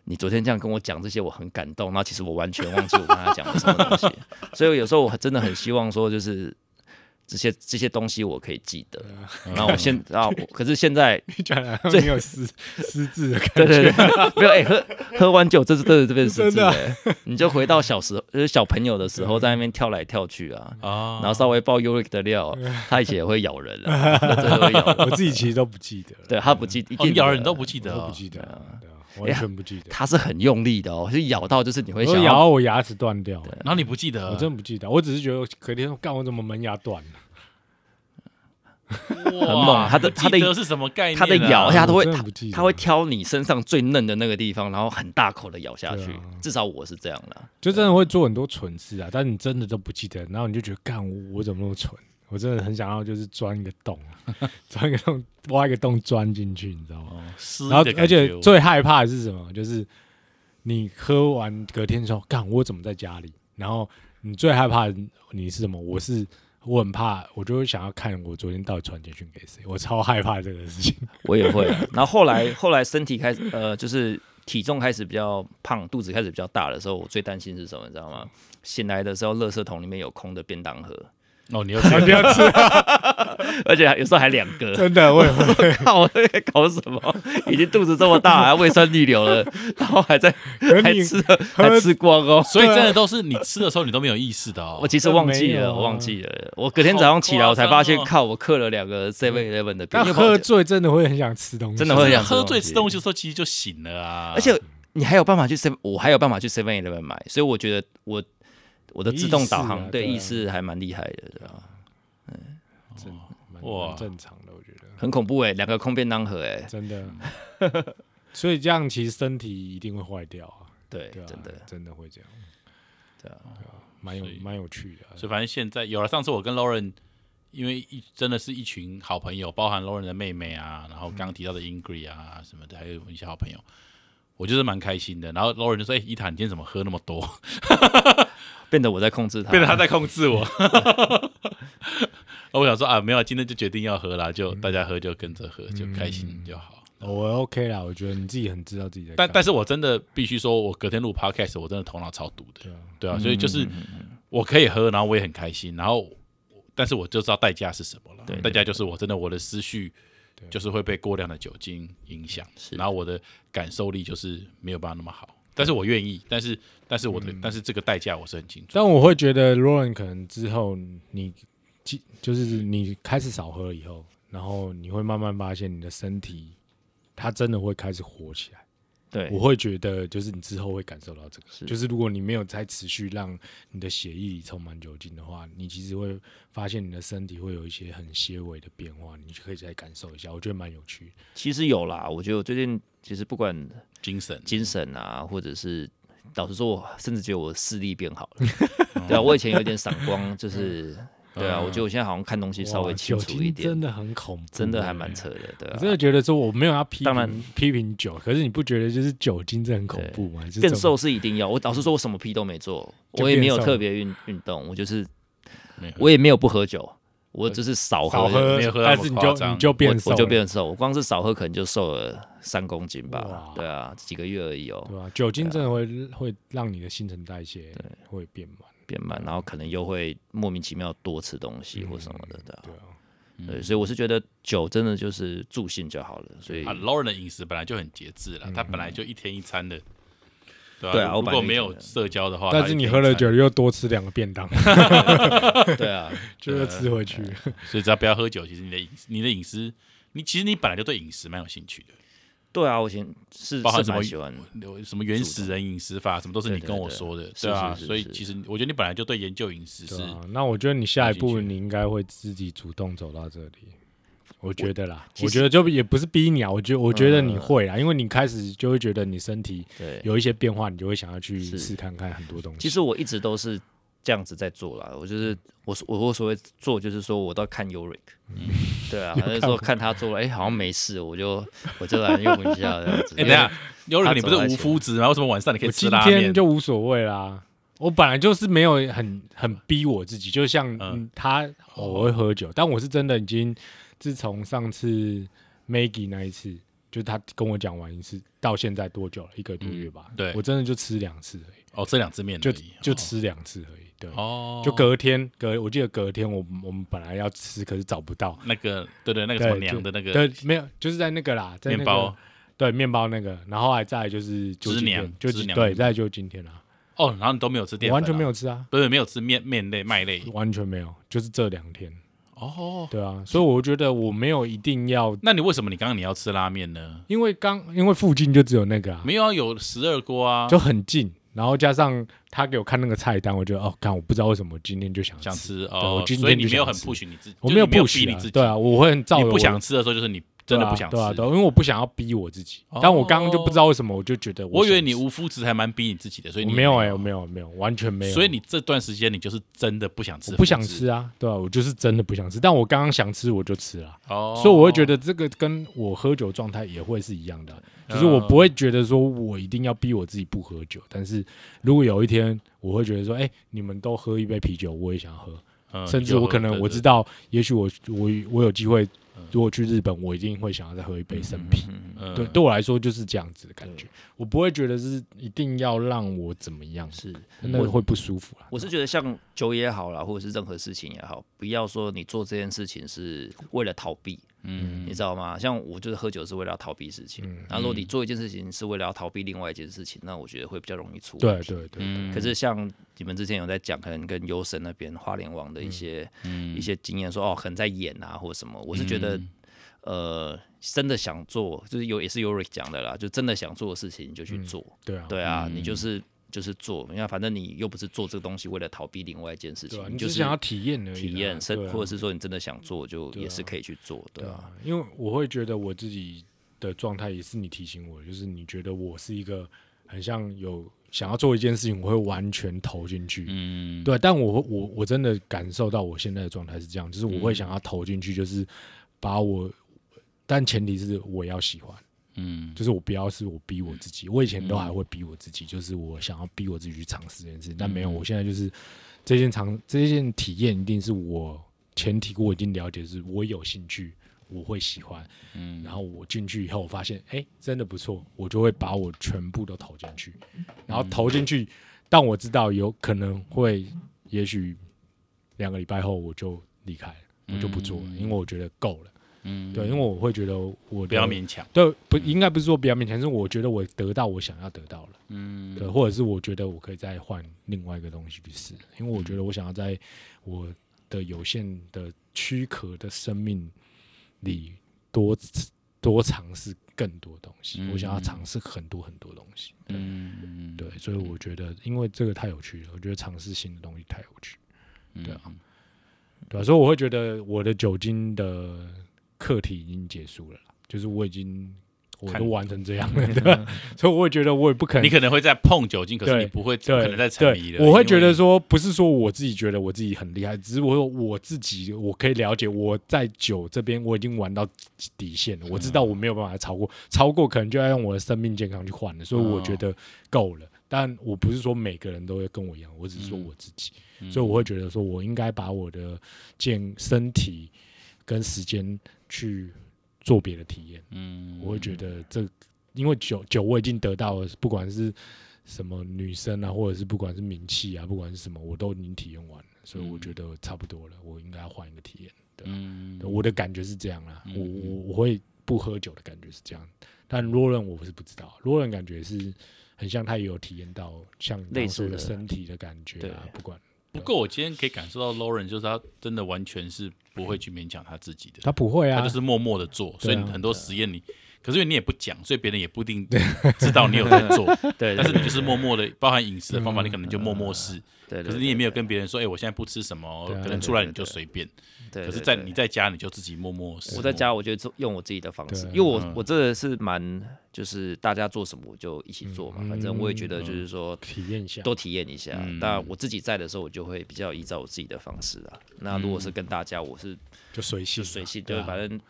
B: 你昨天这样跟我讲这些，我很感动。”然后其实我完全忘记我跟他讲了什么东西。所以有时候我真的很希望说，就是这些这些东西我可以记得。然后
C: 嗯
B: 我现啊，我可是现在
A: 你讲的没有失失智的感
B: 对
A: 觉。
B: 对对， 没有哎、喝喝完酒这是真的这边是
A: 真的
B: 真的、欸，你就回到小时候，就是小朋友的时候，在那边跳来跳去啊，
C: 啊，
A: 哦
B: 然后稍微爆 Uric 的 料，他以前也会咬人啊，真的会咬人。
A: 我自己其实都不记得了，
B: 对他不记，一
C: 哦
B: 定
C: 你咬人你都不记得
A: 我都
C: 哦，
A: 不记得了，对啊完全不记得。
B: 他是很用力的哦，是咬到就是你会
A: 我
B: 想
A: 咬
B: 要，
A: 到我啊牙齿断掉了，
C: 然后你不记得，
A: 我真不记得，我只是觉得隔天干我怎么门牙断了，
C: 很
B: 猛他的他的
C: 是什么概念啊？
B: 他的咬，而且他都
A: 我
B: 会
A: 真的
B: 他
A: 不记得
B: 他会挑你身上最嫩的那个地方，然后很大口的咬下去
A: 对啊。
B: 至少我是这样啦。
A: 就真的会做很多蠢事啊，但你真的都不记得，然后你就觉得干我我怎么那么蠢？我真的很想要就是钻一个洞，啊 钻一个洞，挖一个洞钻进去，你知道吗？
C: 哦失忆
A: 然后
C: 的感
A: 而且
C: 觉
A: 最害怕的是什么？就是你喝完隔天说干我怎么在家里？然后你最害怕的你是什么？我是我很怕，我就会想要看我昨天到底传简讯给谁，我超害怕这个事情。
B: 我也会。然后后来后来身体开始呃，就是体重开始比较胖，肚子开始比较大的时候，我最担心是什么，你知道吗？醒来的时候，垃圾桶里面有空的便当盒，
C: 哦，你又 这
A: 不
C: 样，
A: 啊要吃，
B: 而且还有时候还两个，
A: 真的我也会
B: 看我在搞什么？已经肚子这么大，还胃酸逆流了，然后 还在
A: 是
B: 还
A: 你
B: 吃了还吃光哦。
C: 所以真的都是你吃的时候你都没有意识的哦
B: 我。其实忘记
A: 没有
B: 了，
A: 啊
B: 我忘记了。我隔天早上起来，我才发现，
C: 好夸张哦
B: 靠，我刻了两个 Seven Eleven 的
A: 但
B: 冰。因为我
A: 喝醉真的会很想吃东西，
B: 真的会
C: 真的
B: 想吃
C: 喝
B: 东
C: 醉
B: 西
C: 吃东西的时候其实就醒了啊。
B: 而且你还有办法去 Seven，我还有办法去 Seven Eleven 买，所以我觉得我我的自动导
A: 意识
B: 航
A: 啊
B: 对
A: 对啊
B: 意识还蛮厉害的，对啊吧？
A: 哇，
C: 哇
A: 哦蛮正常的，我觉 得
B: 很恐怖哎，两个空便当盒哎，
A: 真的。 所以这样其实身体一定会坏掉啊，
B: 对
A: 对啊，，
B: 真的，
A: 真的会这样，
B: 对啊
A: 蛮有
C: 所以
A: 蛮有趣的啊。
C: 所以反正现在有了。上次我跟 Lauren，因为一真的是一群好朋友，包含 Lauren 的妹妹啊，然后刚提到的 Ingrid 啊什么的，还有一些好朋友，我就是蛮开心的。然后 Lauren 就说：“哎、伊塔，你今天怎么喝那么多？”
B: 变得我在控制它，
C: 变得他在控 制我。我想说啊，没有，今天就决定要喝啦，
B: 嗯
C: 就大家喝就跟着喝，就开心就好。
A: 我 OK 啦，我觉得你自己很知道自己在干
C: 但
A: 嘛。
C: 但是我真的必须说，我隔天录 podcast，我真的头脑超毒的，对
B: 嗯
C: 啊，所以就是我可以喝，然后我也很开心，然后但是我就知道代价是什么了，
B: 对对
C: 代价就是我真的我的思绪就是会被过量的酒精影响，然后我的感受力就是没有办法那么好，但是我愿意，但是但是我
B: 嗯
C: 的、但是这个代价我是很清楚，
A: 但我会觉得 r o l a n 可能之后你记就是你开始少喝以后，然后你会慢慢发现你的身体它真的会开始活起来。
B: 对
A: 我会觉得就是你之后会感受到这个，
B: 是
A: 就是如果你没有再持续让你的血液里充满酒精的话，你其实会发现你的身体会有一些很些微的变化，你就可以再感受一下，我觉得蛮有趣的。
B: 其实有啦，我觉得我最近其实不管
C: 精神
B: 精神啊，或者是老实说，我甚至觉得我视力变好了。 对啊，我以前有点散光，就是对啊，我觉得我现在好像看东西稍
A: 嗯哇
B: 微清
A: 酒
B: 楚一
A: 精真
B: 点，
A: 的很恐怖，
B: 真的还
A: 欸
B: 蛮扯的，对
A: 我真的
B: 啊。
A: 觉得说我没有要批
B: 当然
A: 评批评酒，可是你不觉得就是酒精这很恐怖吗？就是这
B: 变
A: 种
B: 瘦是一定要，我老实说，我什么屁都没做，
A: 就
B: 我也没
A: 变
B: 有
A: 瘦
B: 特
A: 了
B: 别运运动，我就是
C: 没喝
B: 我也没有不喝酒，我只是少喝
A: 少，喝，
C: 没有喝到
A: 但
C: 那么
A: 是你
C: 夸
A: 就
C: 张
A: 你就
B: 我
A: 变瘦，
B: 我就变瘦，我光是少喝可能就瘦了三公斤吧
A: 哇，
B: 对啊，几个月而已哦
A: 对，吧、酒精真的会、
B: 啊
A: 会让你的新陈代谢会变慢，
B: 变慢，然后可能又会莫名其妙多吃东西或什么的，对啊。
A: 对啊，
B: 对，所以我是觉得酒真的就是助兴就好了，所以
C: 啊，Lauren 的饮食本来就很节制了，他本来就一天一餐的，对
B: 嗯对
C: 吧、
B: 啊我
C: 如
B: 本来
C: 果
B: 就
C: 没
B: 觉
C: 有
B: 得
C: 社交的话，
A: 但
C: 他
A: 是
C: 一
A: 你
C: 天
A: 喝
C: 一
A: 了
C: 餐，
A: 酒又多吃两个便当，
B: 对啊，
A: 就又吃回去。
B: 呃
A: 啊
C: 所以只要不要喝酒，其实你的饮你的饮食，你其实你本来就对饮食蛮有兴趣的，
B: 对啊，我以前是
C: 包含
B: 是
C: 什么
B: 蛮喜欢，
C: 有什么原始人饮食法，什么都是
B: 对
C: 你
B: 对
C: 跟我
B: 对
C: 说的，
B: 是
C: 对啊，
B: 是是
C: 所以
B: 是
C: 其实我觉得你本来就对研究饮食是
A: 对啊，那我觉得你下一
C: 有
A: 步
C: 兴
A: 你应该会自己主动走到这里。我觉得啦，
B: 其
A: 我
B: 实
A: 觉得就也不是逼你啊，我觉我觉得你
B: 嗯
A: 会啊啦，因为你开始就会觉得你身体
B: 对，
A: 有一些变化，你就会想要去
B: 是
A: 试看看很多东西。
B: 其实我一直都是这样子在做啦，我
C: 嗯
B: 就是我我我所谓做就是说我都要看 Uric，对 啊，那时候看他做了，哎，好像没事，我就我就来用一下这样子，
C: 哎、等一下，有
B: 他
C: 人你不是
B: 走在
C: 无
B: 前
C: 麸质吗？为什么晚上你可以
A: 我
C: 吃
A: 今
C: 拉面
A: 天？就无所谓啦。我本来就是没有很很逼我自己，就像、嗯、他偶尔喝酒，但我是真的已经自从上次 Maggie 那一次，就是他跟我讲完一次，到现在多久了？一个多月吧。
C: 嗯对
A: 我真的就吃两次而已，
C: 哦，这两次面而
A: 就
C: 已
A: 就吃两次而已。对，
C: 哦，
A: 就隔天隔，我记得隔天我们我们本来要吃，可是找不到。
C: 那个对对，那个什么
A: 对，
C: 娘
A: 就
C: 的那个
A: 对，没有，就是在那个啦，在那个
C: 面包，
A: 对面包那个，然后还再来就是就
C: 知
A: 今
C: 娘
A: 天，就
C: 知
A: 今
C: 娘
A: 对，再来就今天啦。
C: 哦，然后你都没有吃淀
A: 我
C: 粉，
A: 完全没有，吃啊，
C: 不是没有吃面面类麦类
A: 完全没有，就是这两天，
C: 哦。
A: 对啊，所以我觉得我没有一定要，
C: 那你为什么你刚刚你要吃拉面呢？
A: 因为刚因为附近就只有那个啊，
C: 没有啊，有十二锅啊，
A: 就很近，然后加上他给我看那个菜单，我觉得哦，看我不知道为什么今天就想吃，
C: 想吃
A: 对
C: 哦
A: 我，今
C: 所以
A: 天
C: 你
A: 就
C: 没有
A: 想
C: 很
A: 吃
C: push 你自己，
A: 我
C: 就
A: 没有
C: 你没有
A: push
C: 逼你
A: 啊
C: 自己，
A: 对啊，我会很照
C: 你
A: 着
C: 不
A: 我
C: 想吃的时候就是你真的
A: 对啊
C: 不想吃哦
A: 对。啊，对啊，因为我不想要逼我自己，但我刚刚就不知道为什么，我就觉得
C: 我以为
A: 想
C: 你
A: 吃
C: 无麸质还蛮逼你自己的，所以
A: 我
C: 你
A: 没有哎，我没有没有完全没有，
C: 所以你这段时间你就是真的不想吃麸质，
A: 我不想吃啊，对啊，我就是真的不想吃，但我刚刚想吃我就吃了。
C: 哦，
A: 所以我会觉得这个跟我喝酒状态也会是一样的，啊就是
B: 嗯
A: 我不会觉得说我一定要逼我自己不喝酒，但是如果有一天我会觉得说，哎、你们都喝一杯啤酒，我也想喝，
C: 嗯
A: 甚至我可能我知，道，也许我我我有机会
B: 嗯
A: 如果去日本，我一定会想要再喝一杯生啤。
C: 嗯
A: 对，对我来说就是这样子的感觉，我不会觉得是一定要让我怎么样，
B: 是，
A: 那个会不舒服啦。
B: 我是觉得像酒也好啦，或者是任何事情也好，不要说你做这件事情是为了逃避，嗯，你知道吗？像我就是喝酒是为了要逃避事情，
C: 嗯
B: 那如果你做一件事情是为了要逃避另外一件事情，那我觉嗯得会比较容易出
A: 对
B: 问题。
A: 对对，
C: 嗯
B: 可是像你们之前有在讲，可能跟优神那边花莲网的一些、
C: 嗯
B: 一些经验，说哦，可能在演啊或什么，我是觉得。呃，真的想做，就是有也是 Yuri 讲的啦，就真的想做的事情就去做。
A: 对
C: 嗯
A: 啊，
B: 对啊，你就是就是做，因为反正你又不是做这个东西为了逃避另外一件事
A: 对
B: 情，
A: 啊，
B: 你
A: 你
B: 就
A: 只
B: 是
A: 想要体验而已啦，
B: 体验，甚
A: 对啊
B: 或者是说你真的想做，就
C: 啊
B: 也是可以去做，对啊，
A: 啊，因为我会觉得我自己的状态也是你提醒我，就是你觉得我是一个很像有想要做一件事情，我会完全投进去，嗯，对。但我我我真的感受到我现在的状态是这样，就是我会想要投进去，就是把我，但前提是我要喜欢。
C: 嗯
A: 就是我不要是我逼我自己，我以前都还会逼我自己，就是我想要逼我自己去尝试这件事，情，但没
C: 嗯
A: 有，我现在就是这件尝这件体验一定是我前提我已经了解，是我有兴趣，我会喜欢，嗯，然后我进去以后，我发现哎、诶真的不错，我就会把我全部都投进去，然后投进去，但我知道有可能会，也许两个礼拜后我就离开了，我就不做了，因为我觉得够了。嗯，对，因为我会觉得我
C: 嗯不要
A: 的
C: 勉强。
A: 对，不应该不是说不要勉强，是我觉得我得到我想要得到了，嗯，对，或者是我觉得我可以再换另外一个东西去试，因为我觉得我想要在我的有限的躯壳的生命里多多尝试更多东西，我想要尝试很多很多东西，
C: 嗯，
A: 对，所以我觉得因为这个太有趣了，我觉得尝试新的东西太有趣，
C: 嗯，
A: 对啊对、啊、所以我会觉得我的酒精的课题已经结束了啦，就是我已经我
C: 看
A: 都完成这样了，对吧？所以我也觉得我也不可能
C: 你可能会在碰酒精，可是
A: 对
C: 你不会，不
A: 对
C: 可能再沉迷了。
A: 对我会
C: 因为
A: 觉得说，不是说我自己觉得我自己很厉害，只是我说我自己我可以了解我在酒这边我已经玩到底线了，我知道
C: 嗯
A: 我没有办法超过，超过可能就要用我的生命健康去换了，所以我
C: 嗯
A: 觉得够了。但我不是说每个人都会跟我一样，我只是说
C: 嗯
A: 我自己，所以我会觉得说我应该把我的健身体跟时间去做别的体验。
C: 嗯，
A: 我会觉得这，因为酒酒我已经得到了，不管是什么女生啊，或者是不管是名气啊，不管是什么，我都已经体验完了，所以我
B: 嗯
A: 觉得差不多了，我应该要换一个体验。对啊，
C: 嗯
A: 对我的感觉是这样啦，
B: 嗯
A: 我我我会不喝酒的感觉是这样，但罗伦我是不知道，罗伦感觉是很像他也有体验到像你刚刚说的
B: 类似的
A: 身体的感觉啊
B: 对，
A: 不管
C: 不过我今天可以感受到 Lauren 就是他真的完全是不会去勉强他自己的，
A: 他不会
C: 他
A: 啊，
C: 就是默默的做，所
A: 对
C: 以
A: 啊
C: 很多实验你，可是因为你也不讲，所以别人也不一定知道你有在 做。
B: 对，
C: 但是
B: 对
C: 你就是默默的，包含饮食的方法，你可能就默默试，
B: 对，
C: 可
B: 对
C: 是你也没有跟别人说，哎，我现在不吃什么，
A: 嗯啊对啊
C: 可能出来你就随便。
B: 对，
C: 可是，
B: 对
C: 在
B: 对
C: 你在家你就自己默默试。
B: 我在家，我就做用我自己的方式，
A: 啊对啊嗯
B: 因为我我真的是蛮就是大家做什么我就一
A: 嗯
B: 起做嘛，反正我也觉得就是说
A: 体验一下，
B: 多体验一下。
A: 嗯
B: 那我自己在的时候，我就会比较依照我自己的方式啊。那如果是跟大家，我是
A: 就随性
B: 就
A: 嘛，
B: 随性，
A: 嗯对
B: 就
A: 啊
B: 是反正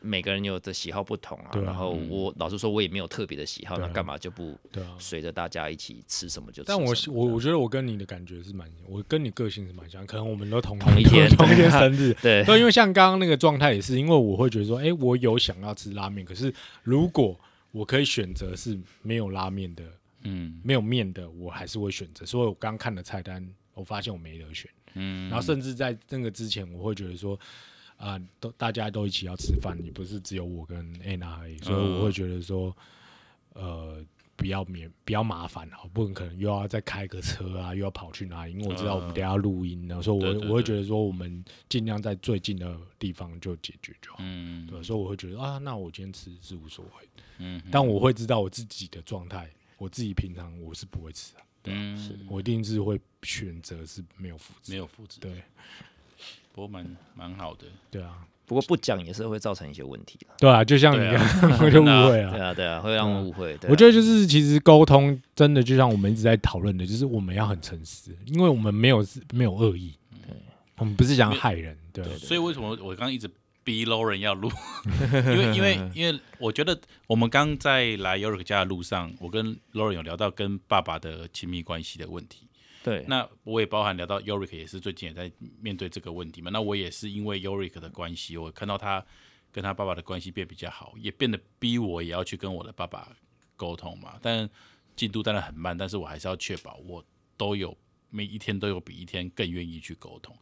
B: 每个人有的喜好不同啊。
A: 对啊
B: 然后我老实说，我也没有特别的喜好，那干嘛就不
A: 对啊
B: 随着大家一起吃什么就吃什
A: 但
B: 么？
A: 我我我觉得我跟你的感觉是蛮，我跟你个性是蛮像，可能我们都同
B: 同一天
A: 同一天生日。
B: 对
A: 对，因为像刚刚那个状态也是，因为我会觉得说，哎，我有想要吃拉面，可是如果我可以选择是没有拉面的，
C: 嗯
A: 没有面的，我还是会选择。所以我刚看了菜单，我发现我没得选。
C: 嗯
A: 然后甚至在那个之前，我会觉得说，啊、都大家都一起要吃饭，也不是只有我跟 Anna 而已，所以我会觉得说，呃，不要免不要麻烦好，不可能又要再开个车啊，又要跑去哪里，因为我知道我们等一下要录音呢，所以我
C: 嗯对对
A: 我会
C: 对
A: 觉得说，我们尽量在最近的地方就解决就好。
C: 嗯
A: 对，所以我会觉得啊，那我今天吃是无所谓，
C: 嗯
A: 但我会知道我自己的状态，我自己平常我是不会吃的，
C: 嗯，
A: 我一定是会选择是没有复制，
C: 没有复制，
A: 对啊
C: 不过蛮蛮好的。
A: 对啊，
B: 不过不讲也是会造成一些问题 的。
A: 对啊，就像你一
C: 对
A: 样
C: 啊，
A: 我就误会
B: 对
A: 了。
B: 啊，对啊，会让我误会。对啊
A: 我觉得就是，其实沟通真的就像我们一直在讨论的，就是我们要很诚实，因为我们没有没有恶意，我们不是想害人，对啊
C: 所以为什么我刚刚一直逼 Lauren 要录？因为因为因为我觉得我们刚在来 York 家的路上，我跟 Lauren 有聊到跟爸爸的亲密关系的问题。
B: 对，
C: 那我也包含聊到 Yorick 也是最近也在面对这个问题嘛。那我也是因为 Yorick 的关系，我看到他跟他爸爸的关系变比较好，也变得逼我也要去跟我的爸爸沟通嘛。但进度当然很慢，但是我还是要确保我都有每一天都有比一天更愿意去沟通。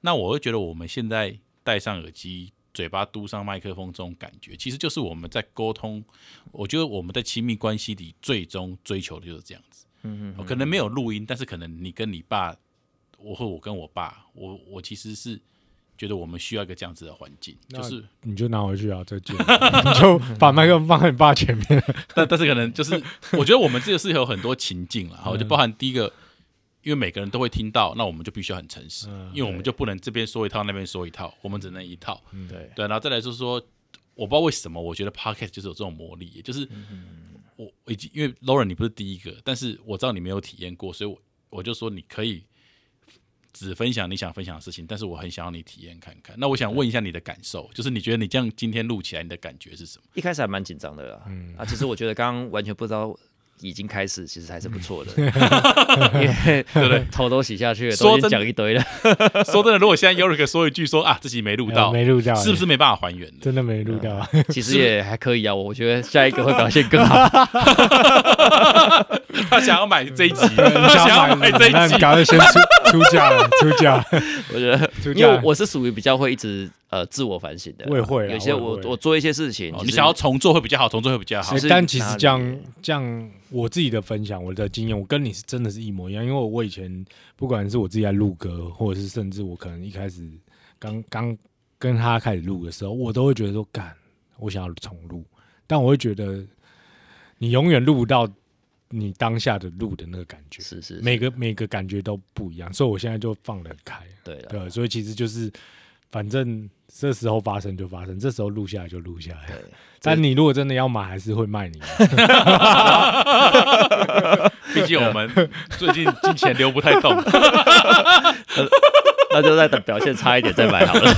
C: 那我会觉得我们现在戴上耳机，嘴巴嘟上麦克风这种感觉，其实就是我们在沟通。我觉得我们在亲密关系里最终追求的就是这样子。嗯嗯，可能没有录音，但是可能你跟你爸，我或我跟我爸，我我其实是觉得我们需要一个这样子的环境，
A: 那
C: 就是
A: 你就拿回去啊，再见。 你就把麦克风放在你爸前面。
C: 但但是可能就是， 我觉得我们这个是有很多情境了，好，就包含第一个，因为每个人都会听到，那我们就必须要很诚实，因为我们就不能这边说一套那边说一套，我们只能一套。
B: 对，
C: 对，啊然后再来就是说，我不知道为什么，我觉得 podcast 就是有这种魔力，也就是
A: 嗯
C: 我我已经因为 Lauren 你不是第一个，但是我知道你没有体验过，所以我我就说你可以只分享你想分享的事情，但是我很想要你体验看看。那我想问一下你的感受，就是你觉得你这样今天录起来，你的感觉是什么？
B: 一开始还蛮紧张的啦。啊，其实我觉得刚刚完全不知道。已经开始，其实还是不错的，因为对对，头都洗下去了，
C: 说
B: 都已
C: 真的
B: 经讲一堆了。
C: 说真的，如果现在 Yorick 说一句说啊自己没录到，
A: 哎没 录到
C: 是不是没办法还原的？
A: 真的没录到？
B: 其实也还可以啊，我觉得下一个会表现更好。
C: 他想要买这一集，
A: 你
C: 他想要买这
A: 那
C: 一
A: 你
C: 集，
A: 赶快先出出价了，出价。
B: 我觉得
A: 出，价
B: 因为我是属于比较会一直呃自我反省的啦，
A: 我也会啦
B: 有些
A: 我
B: 我
A: 也会
B: 我做一些事情，
C: 哦
B: 其
C: 你
B: 实
C: 想要重做会比较好，重做会比较好
B: 其。实
A: 哎但其实
B: 哪里
A: 这样这样，我自己的分享，我的经验，我跟你是真的是一模一样。因为我以前不管是我自己在录歌，或者是甚至我可能一开始刚刚跟他开始录的时候，我都会觉得说，干，我想要重录，但我会觉得你永远录不到你当下的录的那个感觉，
B: 是是
A: 每个每个感觉都不一样，所以我现在就放得很开。
B: 对了，
A: 对，所以其实就是，反正这时候发生就发生，这时候录下来就录下 来。但你如果真的要买，还是会卖你。啊
C: 毕竟我们最近金钱流不太 动，
B: 那就再等表现差一点再买好了，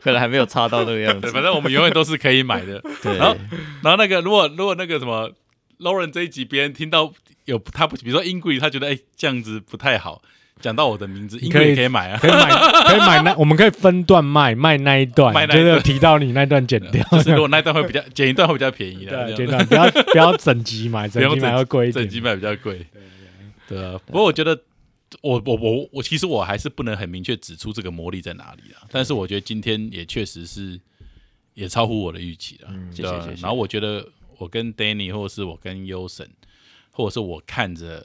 B: 可能还没有差到那个样
C: 对，
B: 子。
C: 反正我们永远都是可以买的。
B: 对，
C: 然后然后那个如果如果那个什么 Lauren 这一集别人听到有他不，比如说 Ingrid 他觉得哎这样子不太好，讲到我的名字
A: 你可以
C: ，Ingrid 可以买啊。
A: 可以买，可以买那，我们可以分段卖，卖那一段，
C: 卖那一
A: 就
C: 段
A: 是提到你那段剪掉，
C: 就是如果那一段会比 较剪一段会比较便宜的，
A: 对，
C: 这
A: 剪
C: 样
A: 断，不要不要整集买，
C: 不
A: 整
C: 用
A: 集买会贵一
C: 整
A: 点。
C: 机卖比较贵。对啊，不过我觉得我我我我其实我还是不能很明确指出这个魔力在哪里啊，但是我觉得今天也确实是也超乎我的预期了，
B: 谢
C: 对啊
B: 谢谢谢
C: 然后我觉得我跟 Danny 或者是我跟 y o s o n 或者是我看着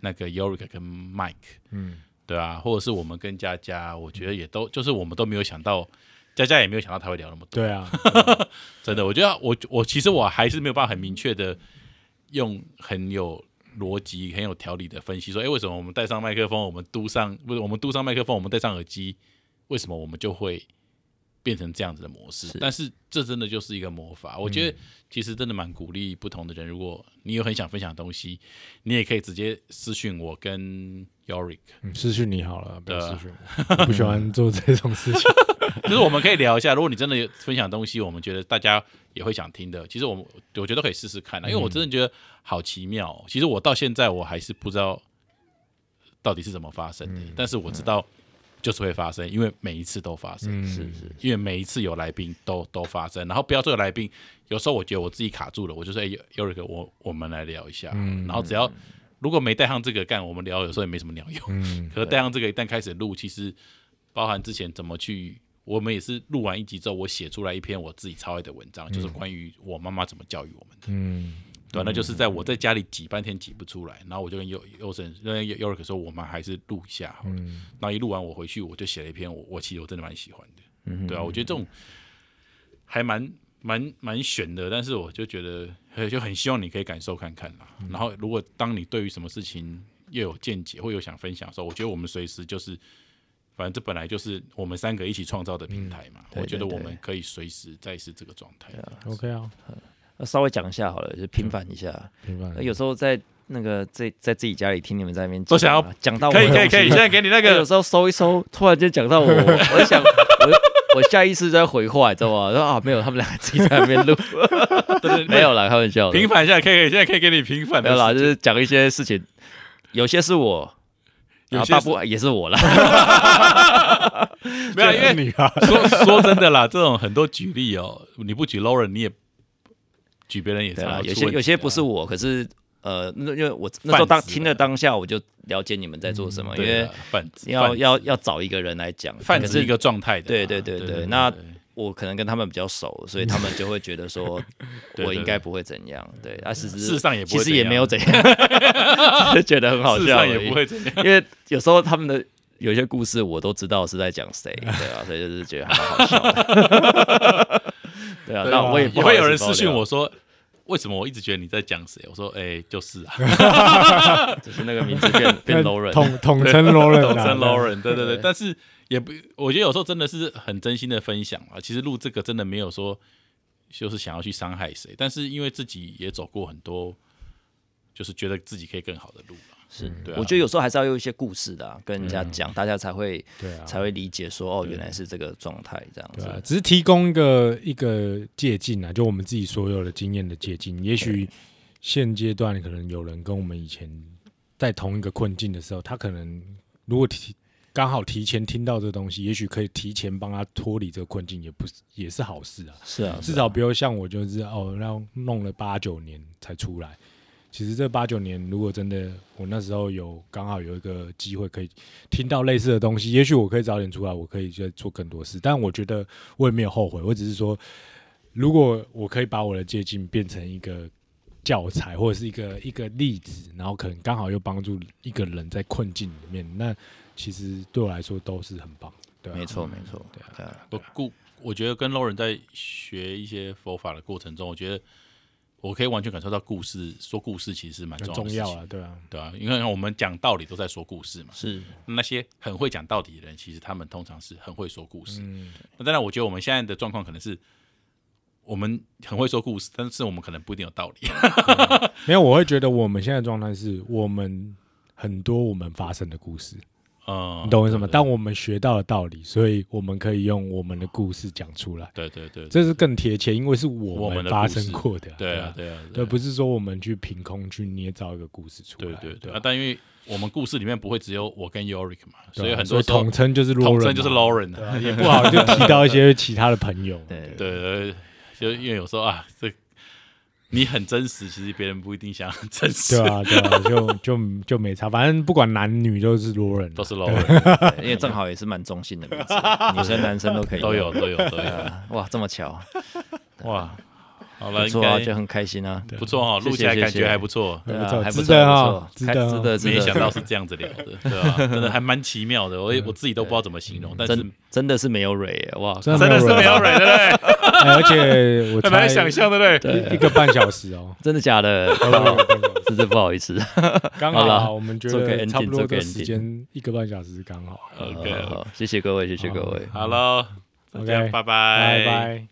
C: 那个 Yorick 跟 Mike，
A: 嗯，
C: 对啊，或者是我们跟佳佳，我觉得也都就是我们都没有想到。佳佳也没有想到他会聊那么多。
A: 对啊，
C: 真的，我觉得我我其实我还是没有办法很明确的用很有逻辑、很有条理的分析说，哎，为什么我们戴上麦克风，我们嘟上不是我们嘟上麦克风，我们戴上耳机，为什么我们就会变成这样子的模式？但是这真的就是一个魔法，我觉得其实真的蛮鼓励不同的人。如果你有很想分享的东西，你也可以直接私讯我跟 Yorick，
A: 嗯私讯你好了，不要
C: 对啊
A: 私讯我，我不喜欢做这种事情。
C: 就是我们可以聊一下，如果你真的有分享东西，我们觉得大家也会想听的，其实我们我觉得可以试试
A: 嗯
C: 看啦，啊因为我真的觉得好奇妙、哦。其实我到现在我还是不知道到底是怎么发生
A: 嗯
C: 的，但是我知道就是会发生，因为每一次都发生，
A: 嗯，
B: 是是，
C: 因为每一次有来宾都都发生。然后不要说有来宾，有时候我觉得我自己卡住了，我就说哎，有一个我我们来聊一下，
A: 嗯
C: 然后只要。如果没带上这个干，我们聊有时候也没什么鸟用。
A: 嗯，
C: 可是带上这个一旦开始录，其实包含之前怎么去，我们也是录完一集之后，我写出来一篇我自己超爱的文章，就是关于我妈妈怎么教育我们的。
A: 嗯，
C: 对啊，那就是在我在家里挤半天挤不出来，然后我就跟优优神跟优瑞克说，我们还是录一下好了。
B: 嗯
C: 然后一录完我回去，我就写了一篇我我其实我真的蛮喜欢的。
B: 嗯
C: 对啊，我觉得这种还蛮蛮蛮悬的，但是我就觉得呃就很希望你可以感受看看啦。
B: 嗯
C: 然后如果当你对于什么事情又有见解或有想分享的时候，我觉得我们随时就是。反正这本来就是我们三个一起创造的平台嘛，
B: 嗯对
C: 我觉得
B: 对
C: 我
B: 对
C: 们可以随时再是这个状态。
A: OK 啊，
B: 那稍微讲一下好了，就平反一下。
A: 明白
B: 那。有时候在那个在在自己家里听你们在那边讲啊，
C: 都想要
B: 讲到我
C: 可以
B: 的
C: 可以
B: 东西
C: 可以，现在给你那
B: 那
C: 个
B: 有时候收一收，突然间讲到我，我我在想我我下意识在回话，你知道吗？说啊没有，他们两个自己在那边录，
C: 对对
B: 没有啦，开玩笑的
C: 平， 反一下，可以，可以现在可以给你平反
B: 没
C: 的
B: 有啦，
C: 事
B: 就
C: 情。
B: 是讲一些事情，有些是我然
C: 有
B: 后
C: 些
B: 大
C: 是
B: 部分也是我啦，
C: 没有，因
A: 就是
C: 为
A: 你啊，
C: 说说真的啦，这种很多举例哦，你不举 Lauren，你也举别人也
B: 对
C: 常
B: 啦，
C: 常
B: 有
C: 出
B: 些
C: 问题
B: 有些不
C: 啊
B: 是我，可是呃，那因为我那时候当
C: 贩子
B: 听了当下，我就了解你们在做什么，因
C: 嗯对啊
B: 为
C: 啦贩子
B: 要
C: 贩子
B: 要要找一个人来讲，
C: 贩
B: 可
C: 子
B: 是
C: 一个状态的啦，
B: 对
C: 啊
B: 对对
C: 对
B: 对那我可能跟他们比较熟，所以他们就会觉得说
C: 对对
B: 我应该不会怎样，对啊，事实
C: 事实上也不
B: 其
C: 会
B: 实也
C: 怎
B: 没有怎样， 只是觉得很好
C: 事实
B: 笑而
C: 上
B: 已，
C: 也不会怎样。
B: 因为有时候他们的有一些故事我都知道是在讲 谁，对啊，所以就是觉得还蛮好笑的。 对啊，
C: 对
B: 那
C: 啊
B: 我也不
C: 也
B: 好
C: 会
B: 意思
C: 有人
B: 爆料
C: 私讯我，说，为什么我一直觉得你在讲谁？我说，哎，就是啊，
B: 就是那个名字 变变 low 人，
A: 统统称 Lauren，啊
C: 董真 Lauren，对对对，但是也不，我觉得有时候真的是很真心的分享啊。其实录这个真的没有说就是想要去伤害谁，但是因为自己也走过很多，就是觉得自己可以更好的路了。是，对啊、
B: 我觉得有时候还是要有一些故事的、啊，跟人家
C: 嗯
B: 讲，大家才会
A: 对啊
B: 才会理解说哦，原来是这个状态这样
A: 对啊
B: 子。，
A: 只是提供一个一个借鉴啊，就我们自己所有的经验的借鉴。也许现阶段可能有人跟我们以前在同一个困境的时候，他可能如果提刚好提前听到这东西，也许可以提前帮他脱离这个困境，也不是也是好事啊。
B: 是啊，
A: 至少不要像我就是哦，让弄了八九年才出来。其实这八九年，如果真的我那时候有刚好有一个机会可以听到类似的东西，也许我可以早点出来，我可以再做更多事。但我觉得我也没有后悔，我只是说，如果我可以把我的借鉴变成一个教材或者是一个一个例子，然后可能刚好又帮助一个人在困境里面，那其实对我来说都是很棒。对、啊，
B: 没错没错，对啊，
C: 我故我觉得跟 Lauren 在学一些佛法的过程中，我觉得我可以完全感受到故事说故事其实是蛮
A: 很重
C: 重要的事
A: 要
C: 情
A: 啊，对啊，
C: 对啊，因为我们讲道理都在说故事嘛。
B: 是
C: 那些很会讲道理的人，其实他们通常是很会说故事。那当然，我觉得我们现在的状况可能是我们很会说故事，但是我们可能不一定有道理。
A: 没有，我会觉得我们现在的状态是我们很多我们发生的故事，
C: 嗯
A: 你，懂我意思吗？但我们学到的道理，所以我们可以用我们的故事讲出来，
C: 对对对，对
A: 这是更贴切，因为是我
C: 嗯我们
A: 们
C: 的
A: 发
C: 故事
A: 生过的啊，
C: 对啊
A: 啊，
C: 对啊，
A: 对，
C: 对
A: 不是说我们去凭空去捏造一个故事出
C: 对
A: 来，
C: 对对
A: 啊
C: 啊！但因为我们故事里面不会只有我跟 Yorick 嘛，
A: 对啊
C: 所以很多时候
A: 统称就是 l a
C: 统称就是 Lauren 啊。
A: 也不好就提到一些其他的朋友，对
B: 对
C: 对对，对就因为有时候啊，这你很真实，其实别人不一定想很真实
A: 对，啊，对啊，就就就没差，反正不管男女都是 l a 人，
C: 都是 Lauren，
B: 对因为正好也是蛮中性的名 字，女生男生都可以
C: 都有都有都
B: 对
C: 有。
B: 啊哇，这么巧，
C: 哇，好
B: 不
C: 了，应
B: 错啊，
C: 该
B: 就很开心啊，
C: 不错哦，
B: 谢谢
C: 录起来感
B: 谢谢
C: 觉还不错。
B: 对
A: 不错
B: 啊，还不
A: 值得
B: 错
A: 啊
B: 不
A: 值
B: 错
A: 得啊
B: 还值得，值
C: 没
B: 得
C: 想到是这样子聊的，对吧、真的还蛮奇妙的，我也我自己都不知道怎么形容，但是
B: 真真的是没有蕊耶哇，
A: 真
C: 真的是没有
A: 人，
C: 蕊，对不
A: 哎而 且我
C: 对？很难
A: 猜
C: 想象，对不对？
A: 一一个半小时 哦。
B: 真的假的？ 真的不好意思，
A: 刚
B: 好
A: 好
B: 啦
A: 啊，我们觉
B: 做个
A: 得
B: ending，
A: 差不多
B: 做个
A: 这时
B: ending
A: 间一个半小时刚好。
C: OK，
B: 好好谢谢各位，谢谢各位。
C: 好喽，大家
A: ，OK，
B: 哎
C: 拜拜，
A: 拜拜。